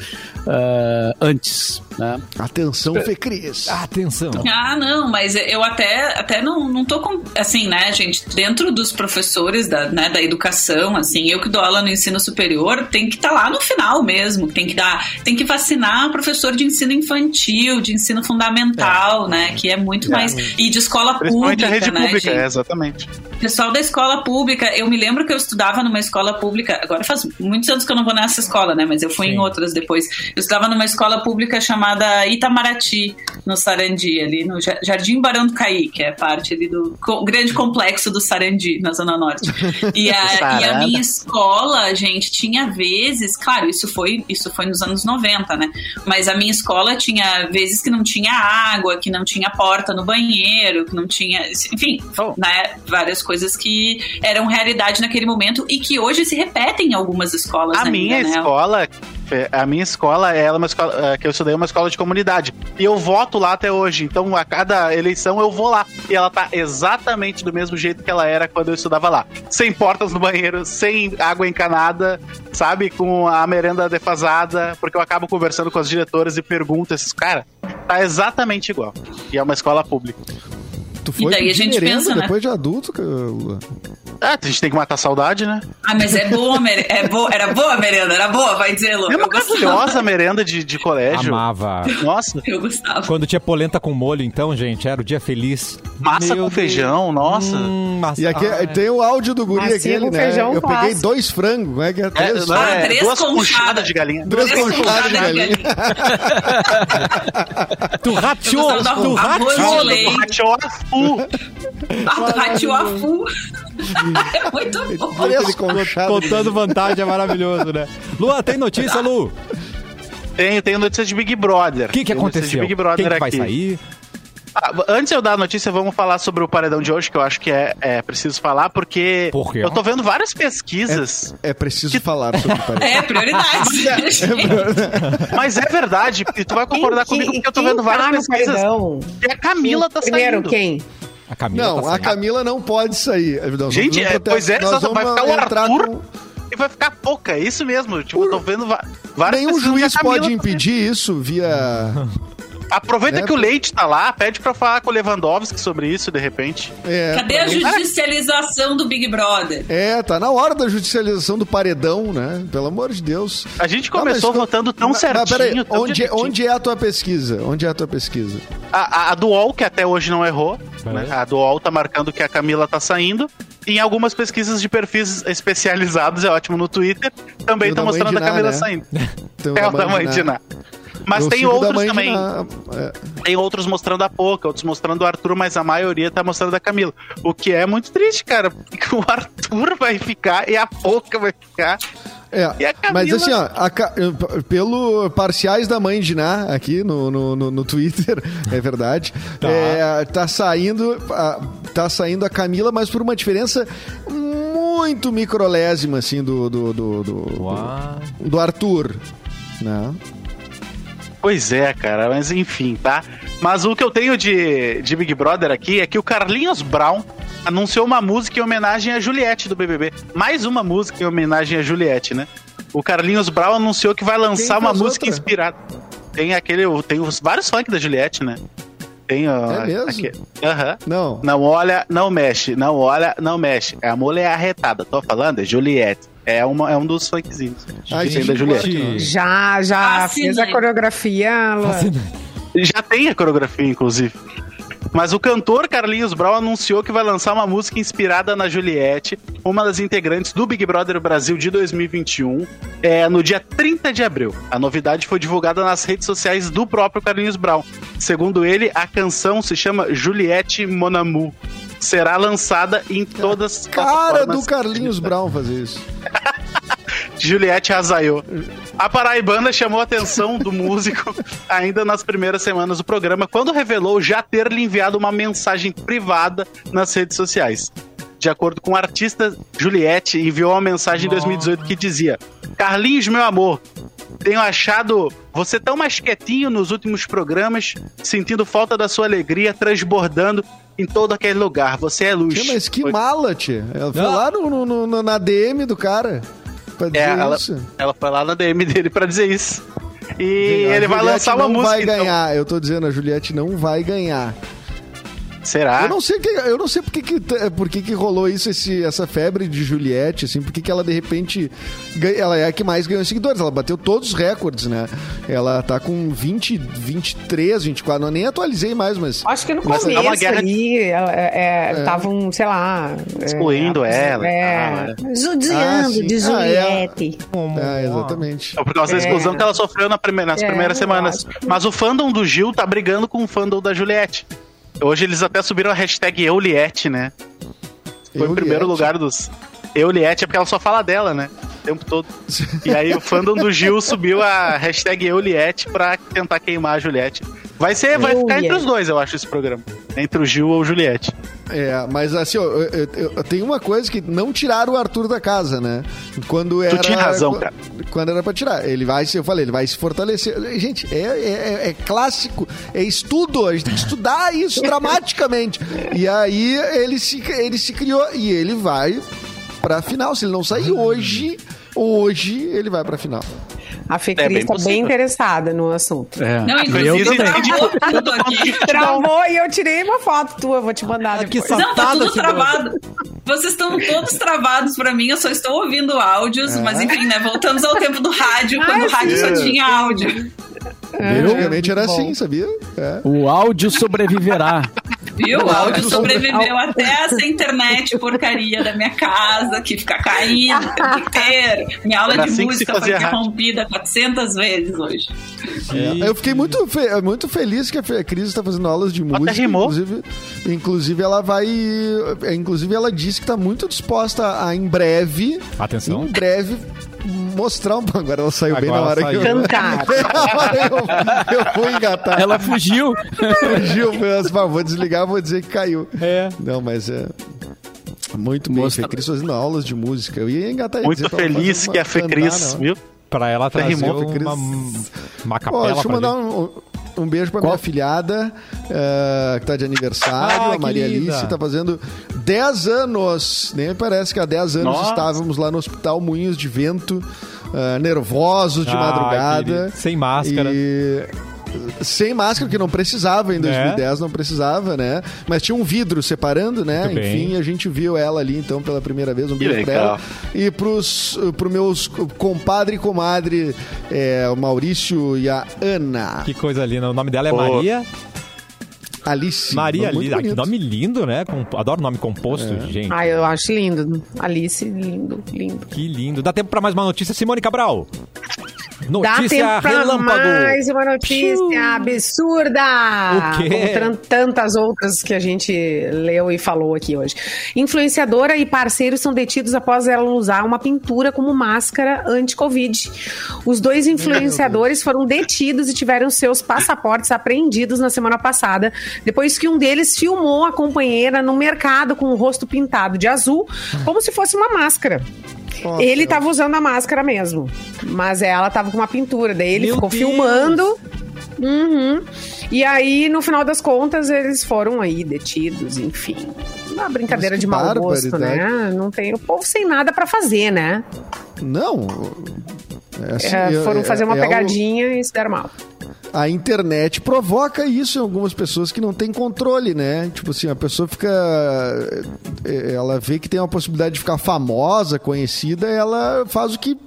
ah, antes. Né?
Ah, Atenção, Fecris.
Atenção.
Tá.
Ah, não, mas eu até, até não, não tô com. Assim, né, gente? Dentro dos professores da, né, da educação, assim, eu que dou aula no ensino superior, tem que estar lá no final mesmo. Tem que dar. Tem que vacinar professor de ensino infantil, de ensino fundamental, né? Que é muito mais. E de escola
Principalmente
pública.
a rede
né,
pública,
gente?
é, exatamente.
Pessoal da escola pública, eu me lembro que eu estudava numa escola pública, agora faz muitos anos que eu não vou nessa escola, né? Mas eu fui em outras depois. Eu estudava numa escola pública chamada Itamaraty, no Sarandi, ali no Ja- Jardim Barão do Caí, que é parte ali do co- grande complexo do Sarandi, na Zona Norte. E a, e a
Sarada.
minha escola, gente, tinha vezes, claro, isso foi, isso foi nos anos 90, né? Mas a minha escola tinha vezes que não tinha água, que não tinha porta no banheiro, que não tinha. Enfim,
Oh.
né? Várias coisas que eram realidade naquele momento e que hoje se repetem em algumas escolas.
A
ainda,
minha
né?
escola, é, a minha escola, ela é uma escola é, que eu estudei é uma escola de comunidade. E eu voto lá até hoje. Então, a cada eleição eu vou lá. E ela tá exatamente do mesmo jeito que ela era quando eu estudava lá. Sem portas no banheiro, sem água encanada, sabe? Com a merenda defasada, porque eu acabo conversando com as diretoras e pergunto esses cara, tá exatamente igual. E é uma escola pública.
tu foi
E daí a gente
pedir merenda
pensa, né?
depois de adulto, cara, Lua.
Ah, a gente tem que matar a saudade, né?
Ah, mas é boa, a mere- é boa, era boa a merenda, era boa, vai dizer, Lu.
É uma
Eu gostava.
maravilhosa merenda de, de colégio.
Amava.
Nossa,
Eu gostava.
Quando tinha polenta com molho, então, gente, era o dia feliz.
massa
Meu
com
Deus.
feijão, nossa.
Hum, mas-
E aqui
Ah,
tem o áudio do guri
Massinha
aquele,
com
né?
feijão
Eu peguei
clássico.
dois frangos, como é que é?
É,
Três?
não, é,
Ah, três
duas
conchadas.
conchadas de galinha.
Três
Essa
conchadas de
conchada
galinha.
Tu
Eu
rateou,
gostava da
tu
arroz de
rateou.
leite.
Rateou a fu.
Ah, rateou a fu. É muito bom.
Três conchadas.
Contando vantagem é maravilhoso, né? Lua, tem notícia, Lu? O
Tenho, tenho notícia de Big Brother.
que, que
Tenho notícia
aconteceu?
De Big Brother
Quem que
aqui.
vai sair?
Ah, antes de eu dar a notícia, vamos falar sobre o paredão de hoje, que eu acho que é, é preciso falar, porque
Por quê?
eu tô vendo várias pesquisas.
É preciso falar sobre isso.
É, prioridade.
Mas é verdade, e tu vai concordar
Quem-
comigo,
quem-
porque eu tô vendo
quem
várias
tá no
pesquisas.
paredão?
E a Camila tá
Primeiro,
saindo.
quem?
A Camila tá
Não, a
saindo.
Camila não pode sair. Não,
Gente,
nós
é,
vamos-
pois é,
nós
só vai
vamos
ficar o
entrar
Arthur.
com-
E vai ficar pouca, é isso mesmo. Tipo, eu tô vendo va- várias
Nenhum
pesquisas que a
juiz
Camila
pode
tá
impedir isso via.
saindo. Aproveita
né?
que o Leite tá lá, pede pra falar com o Lewandowski sobre isso, de repente.
É,
Cadê a judicialização do Big Brother?
É, tá na hora da judicialização do paredão, né? Pelo amor de Deus.
A gente começou
mas tu-
votando tão
Mas- mas
certinho,
peraí,
tão
onde,
direitinho.
onde é a tua pesquisa? Onde é a tua pesquisa?
A, a, a do UOL, que até hoje não errou,
É.
né? a do UOL tá marcando que a Camila tá saindo. E em algumas pesquisas de perfis especializados, é ótimo no Twitter, também
E o
tá
da
mostrando
mãe de
a
Ná,
Camila
né?
saindo.
Tem o
É o da mãe de Ná. Mas
Eu
tem
sigo da
outros
mãe de
também.
Ná. É,
Tem outros mostrando a Poca, outros mostrando o Arthur, mas a maioria tá mostrando a Camila. O que é muito triste, cara. Porque o Arthur vai ficar e a Poca vai ficar.
É,
E a Camila?
mas assim, ó, a Ca- eh, p- pelo parciais da mãe de Ná aqui no, no, no, no Twitter, é verdade, é, tá. saindo a, tá saindo a Camila, mas por uma diferença muito microlésima, assim, do, do, do, do,
Uau.
do Arthur, né?
Pois é, cara, mas enfim, tá? Mas o que eu tenho de, de Big Brother aqui é que o Carlinhos Brown anunciou uma música em homenagem a Juliette do BBB. Mais uma música em homenagem a Juliette, né? O Carlinhos Brown anunciou que vai lançar uma
faz
música
outra?
inspirada. Tem aquele, tem os vários funk da Juliette, né? Tem, ó,
É mesmo?
aqui. Aham.
Não.
Não olha, não mexe. Não olha, não mexe. A mulher é arretada. Tô falando, é Juliette. É, uma, é um dos funkzinhos.
Ai,
Tem
gente,
da é Juliette.
Gente,
Já, já
Fascinante.
fez a coreografia, Luan.
Já tem a coreografia, inclusive. Mas o cantor Carlinhos Brown anunciou que vai lançar uma música inspirada na Juliette, uma das integrantes do Big Brother Brasil de 2021, é, no dia 30 de abril. A novidade foi divulgada nas redes sociais do próprio Carlinhos Brown. Segundo ele, a canção se chama Juliette Monamu. Será lançada em todas as
Cara do
plataformas
Carlinhos Brown fazer isso.
Juliette Azaiô. A paraibana chamou a atenção do músico ainda nas primeiras semanas do programa, quando revelou já ter lhe enviado uma mensagem privada nas redes sociais. De acordo com o artista, Juliette enviou uma mensagem em 2018 que dizia: Carlinhos, meu amor, tenho achado você tão mais quietinho nos últimos programas, sentindo falta da sua alegria transbordando em todo aquele lugar. Você é luz.
Tia, mas que
Foi-
mala, tia. Ela foi
Ah.
lá no, no- no- na DM do cara pra dizer
É, ela,
isso.
ela foi lá na DM dele pra dizer isso. E
A
ele vai
Juliette
lançar uma
não
música.
vai
então.
ganhar, eu tô dizendo, a Juliette não vai ganhar.
Será?
Eu não sei que, eu não sei porque que porque que rolou isso esse, essa febre de Juliette assim, porque que ela de repente ganha- ela é a que mais ganhou seguidores, ela bateu todos os recordes, né? Ela tá com 20, 23, 24, não nem atualizei mais, mas
Acho que no
Mas é uma
começo
guerra de-
ali, é,
É.
estavam, sei lá... é,
Excluindo ela e né?
É,
Ah, sim.
judiando de
Ah, é.
Juliette.
é, exatamente.
É por causa da
É.
exclusão que ela sofreu na prime- nas
É,
primeiras
eu
semanas.
acho que-
Mas o fandom do Gil tá brigando com o fandom da Juliette. Hoje eles até subiram a hashtag Euliette, né? Foi
Euliette.
em primeiro lugar dos. Euliette é porque ela só fala dela, né? O tempo todo. E aí o fandom do Gil subiu a hashtag Euliette pra tentar queimar a Juliette. Vai ser, vai ficar entre os
Euliette.
dois, eu acho, esse programa. Entre o Gil ou Juliette.
É, mas assim, ó, eu, eu- eu- tem uma coisa que não tiraram o Arthur da casa, né? Quando era.
tinha razão,
quan-
cara.
Quando era pra tirar. Ele vai, se- eu falei, ele vai se fortalecer. Gente, é, é- é- é clássico, é estudo, a gente tem que estudar isso dramaticamente. E aí ele se, ele se criou e ele vai pra final. Se ele não sair hoje, hoje ele vai pra final.
A Fê
É bem
Cris tá
possível.
bem interessada no assunto.
É.
Não,
eu
inclusive,
também.
travou tudo aqui.
Travou e eu tirei uma foto tua, vou te mandar
que
depois.
sa-
Não, tá
Safada,
assim,
tudo
Cid.
travado. Vocês estão todos travados pra mim, eu só estou ouvindo áudios,
É.
mas enfim, né? Voltamos ao tempo do rádio, quando o rádio só tinha áudio.
Antigamente era assim, sabia? É.
O áudio sobreviverá.
Viu? O
O
áudio
áudio
é.
sobreviveu até essa internet porcaria da minha casa, que fica caindo, tem que ter. Minha aula
Era
de
assim que se
música foi
fazia rádio.
interrompida 400 vezes hoje.
É, Eu fiquei muito, fe- é muito feliz que a Fe- a Cris está fazendo aulas de música.
rimou.
Inclusive, inclusive, ela vai. é, Inclusive, ela disse que está muito disposta a, em breve.
Atenção.
Em breve. Mostrar um. Agora ela saiu bem na
Agora
hora
saiu.
que eu.
Cantar.
eu, eu vou engatar.
Ela fugiu.
fugiu. eu disse, "Bah, vou desligar, vou dizer que caiu.
É.
Não, mas é. Muito bem, Fê Cris fazendo aulas de música. Eu ia engatar e
Muito
dizer pra ela
feliz
fazer
que
Então, uma-
a Fê
cantar,
Cris,
não.
viu?
Pra ela trazer
Terremoto,
uma,
Cris.
uma
Ó,
capela
deixa eu
pra
mandar
gente.
um, um beijo pra minha filhada, eh, que tá de aniversário,
Ah,
a
que
Maria
linda.
Alice, tá fazendo 10 anos. Nem parece que há 10 anos
Nossa.
estávamos lá no Hospital Moinhos de Vento, eh, nervosos de
Ah,
madrugada.
querido. Sem máscara.
E- Sem máscara, que não precisava
Né?
em 2010, não precisava, né? Mas tinha um vidro separando, né?
Muito bem.
Enfim, a gente viu ela ali, então, pela primeira vez. Um
Que
beijo pra
legal.
ela. E pros, pro meus compadre e comadre, é, o Maurício e a Ana.
Que coisa linda. O nome dela é
Pô.
Maria.
Alice.
Maria
Muito
Lida. Ah, que
bonito.
nome É. lindo, né? Com- Adoro nome composto, gente.
Ai, eu acho lindo. Alice, lindo, lindo.
Que lindo. Dá tempo pra mais uma notícia, Simone Cabral.
Dá
Notícia
tempo pra
relâmpago.
mais uma notícia absurda!
O quê?
Como tran- tantas outras que a gente leu e falou aqui hoje. Influenciadora e parceiros são detidos após ela usar uma pintura como máscara anti-Covid. Os dois influenciadores foram detidos e tiveram seus passaportes apreendidos na semana passada, depois que um deles filmou a companheira no mercado com o rosto pintado de azul, como se fosse uma máscara.
Ó,
Ele tá- tava usando a máscara mesmo. Mas ela tava com uma pintura. Daí ele
Meu
ficou
Deus!
filmando. Uhum. E aí, no final das contas, eles foram aí detidos, enfim. Uma brincadeira
Mas que
de mau gosto, né?
barbaridade.
Não tem. O povo sem nada pra fazer, né?
Não. É assim,
É,
é-
foram fazer uma
é- é o-
pegadinha e se deram mal.
a internet provoca isso em algumas pessoas que não têm controle, né? Tipo assim, a pessoa fica. Ela vê que tem uma possibilidade de ficar famosa, conhecida, ela faz o que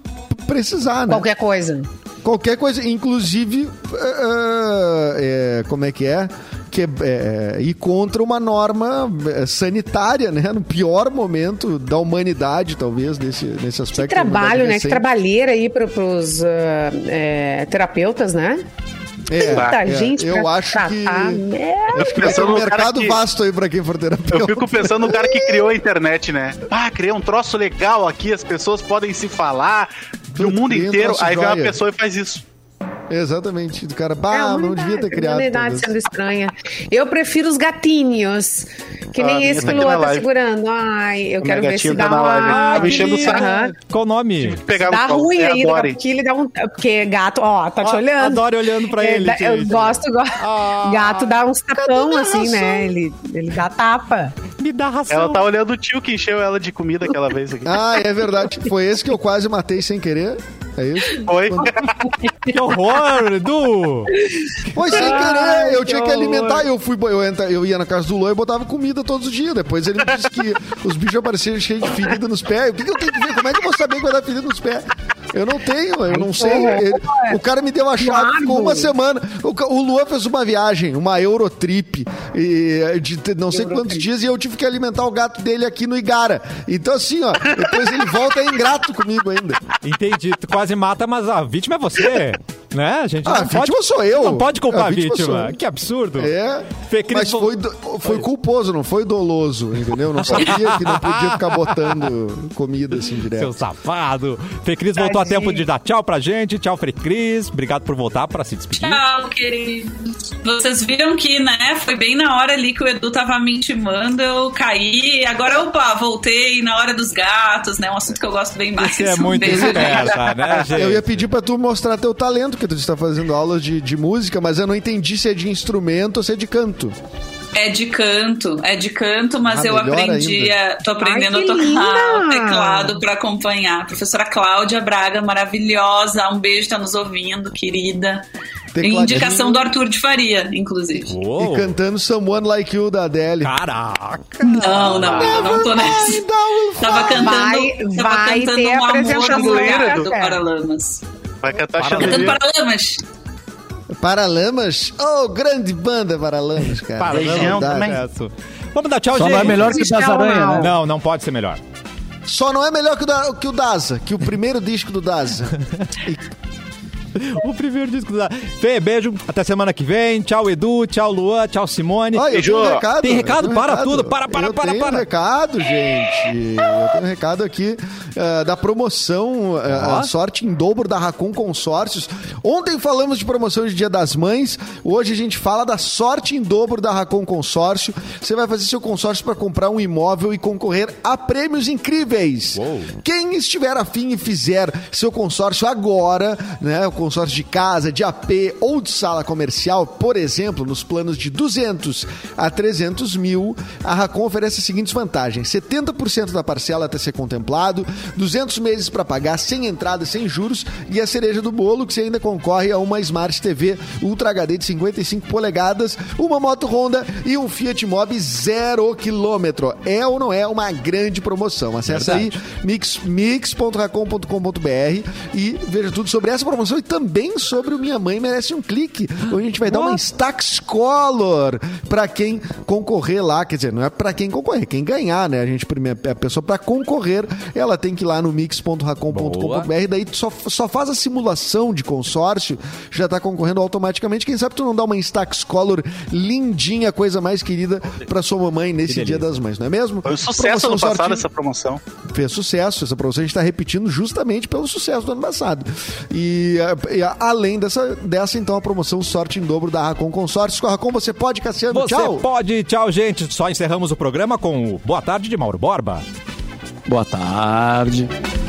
precisar, né?
É Qualquer coisa.
Qualquer coisa, inclusive, ah, é, como é que é? Que, é, ir contra uma norma é, sanitária, né? No pior momento da humanidade, talvez, nesse, nesse
Que
aspecto. da humanidade
trabalho, né? Que
recente.
trabalheira aí pro, pros ah, é, terapeutas, né?
É,
Tanta
é,
gente
eu
pra
acho que
tratar. É, merda.
vai
Eu fico
ter
pensando
um
no cara
mercado
que...
vasto aí pra quem for terapeuta.
Eu fico pensando no cara que criou a internet, né? Ah, criei um troço legal aqui, as pessoas podem se falar do
Tudo,
mundo
criei um
inteiro.
troço
Aí vem uma
joia.
pessoa e faz isso.
Exatamente, do
Ah,
cara,
É a
bah, não
humanidade,
devia ter
A
criado.
humanidade
talvez.
sendo estranha. Eu prefiro os gatinhos. Que
Ah, a
nem
minha
esse
tá
que o
aqui na
Lua tá
live.
segurando. Ai, eu
A
quero
minha
ver se
gatinha
dá
tá na live.
uma.
Tá me enchendo o saco.
Aham.
Qual o nome?
Pegar
Dá
no colo.
ruim
É a
ainda,
Dory.
porque ele dá um. Porque gato, ó, tá te
Ó,
olhando.
adoro olhando pra
É,
ele,
dá- Eu
gente.
gosto, gosto.
Ah,
gato dá uns tapão, assim, né? Ele, ele dá tapa.
Me dá assim, ração.
Ela tá olhando o tio que encheu ela de comida aquela vez aqui.
Ah, é verdade. Foi esse que eu quase matei sem querer. É isso?
Foi.
Que horror, Edu!
Foi sem
Ai,
querer. Eu
que
tinha que
horror.
alimentar. Eu fui, eu, entra, eu ia na casa do Lô e botava comida todos os dias. Depois ele disse que os bichos apareciam cheios de ferida nos pés. O que, que eu tenho que ver? Como é que eu vou saber que vai dar ferida nos pés? Eu não tenho, eu não sei. Ele- o cara me deu a chave,
Claro.
ficou uma semana. O, ca- o Luan fez uma viagem, uma Eurotrip, e, de te- não sei quantos dias, e eu tive que alimentar o gato dele aqui no Igara. Então, assim, ó, depois ele volta é ingrato comigo ainda.
Entendi, tu quase mata, mas a vítima é você, né? A gente
Ah,
não
a vítima
pode,
sou eu.
Não pode culpar
A
a
vítima sou
vítima.
eu.
Que absurdo.
É,
Fê Cris,
mas
vou-
foi, do- foi culposo, não foi doloso, entendeu? Não sabia que não podia ficar botando comida assim
Seu
direto.
safado. Fê Cris voltou a
Tadinho.
tempo de dar tchau pra gente. Tchau, Fê Cris. Obrigado por voltar pra se despedir.
Tchau, queridos. Vocês viram que, né, foi bem na hora ali que o Edu tava me intimando, eu caí. Agora, opa, voltei na hora dos gatos, né? Um assunto que eu gosto bem mais. Um
Você é muito
Beijo,
esperta, né, gente?
Eu ia pedir pra tu mostrar teu talento, que tu está fazendo aulas de, de música, mas eu não entendi se é de instrumento ou se é de canto.
É de canto, é de canto, mas
Ah,
eu
melhor
aprendi, a, tô aprendendo
Ai,
a
que
tocar
linda!
teclado para acompanhar. Professora Cláudia Braga, maravilhosa, um beijo, tá nos ouvindo, querida.
Tecladinho.
Indicação do Arthur de Faria, inclusive.
Uou.
E cantando Someone Like You da Adele.
Caraca!
Não, não, não, não tô nessa. Tava cantando,
Vai-
tava
vai
cantando
ter
um amor
apresentação
do lugar
do
do
Café.
Paralamas.
Vai cantar
Cantando
chandelier.
Paralamas.
Paralamas? Oh, grande banda Paralamas, cara.
Paralamas
né?
Não dá,
também.
cara.
É, Sucesso. Vamos dar tchau,
Só
gente.
não é melhor que o das
Michel Mal.
aranhas, né?
Não, não pode ser melhor.
Só não é melhor que o, da, que o Daza, que o primeiro disco do Daza.
O primeiro disco da. Fê, beijo. Até semana que vem. Tchau, Edu. Tchau, Luan. Tchau, Simone.
Olha, eu
Beijo.
tenho um recado.
Tem recado?
eu tenho um
Para tudo, para, para,
eu
para,
tenho
para.
um recado, gente. Eu tenho um recado aqui eh, da promoção eh, a Sorte em Dobro da Racon Consórcios. Ontem falamos de promoção de Dia das Mães, hoje a gente fala da Sorte em Dobro da Racon Consórcio. Você vai fazer seu consórcio para comprar um imóvel e concorrer a prêmios incríveis. Quem estiver afim e fizer seu consórcio agora, né, o consórcio de casa, de AP ou de sala comercial, por exemplo, nos planos de 200 a 300 mil, a Racon oferece as seguintes vantagens: 70% da parcela até ser contemplado, 200 meses para pagar sem entrada, sem juros e a cereja do bolo que você ainda concorre a uma Smart TV Ultra HD de 55 polegadas, uma moto Honda e um Fiat Mobi zero quilômetro. É ou não é uma grande promoção? Acesse aí mix- mix.racon.com.br e veja tudo sobre essa promoção e também sobre o Minha Mãe Merece um Clique, onde a gente vai dar uma Stax Color para quem concorrer lá. Quer dizer, não é para quem concorrer, quem ganhar, né? A gente, primeiro- a pessoa para concorrer, ela tem que ir lá no mix.racon.com.br, daí tu só, só faz a simulação de consórcio, já tá concorrendo automaticamente. Quem sabe tu não dá uma Stax Color lindinha, coisa mais querida para sua mamãe nesse Dia das Mães, não é mesmo?
Foi um sucesso
Promoção
no passado
sorte-
essa promoção.
fez sucesso. Essa promoção a gente está repetindo justamente pelo sucesso do ano passado. E, eh, e, a- além dessa, dessa, então, a promoção Sorte em Dobro da Racon Consórcios. Com a Racon você pode, Cassiano.
Você
Tchau.
pode. Tchau, gente. Só encerramos o programa com o Boa Tarde de Mauro Borba.
Boa tarde.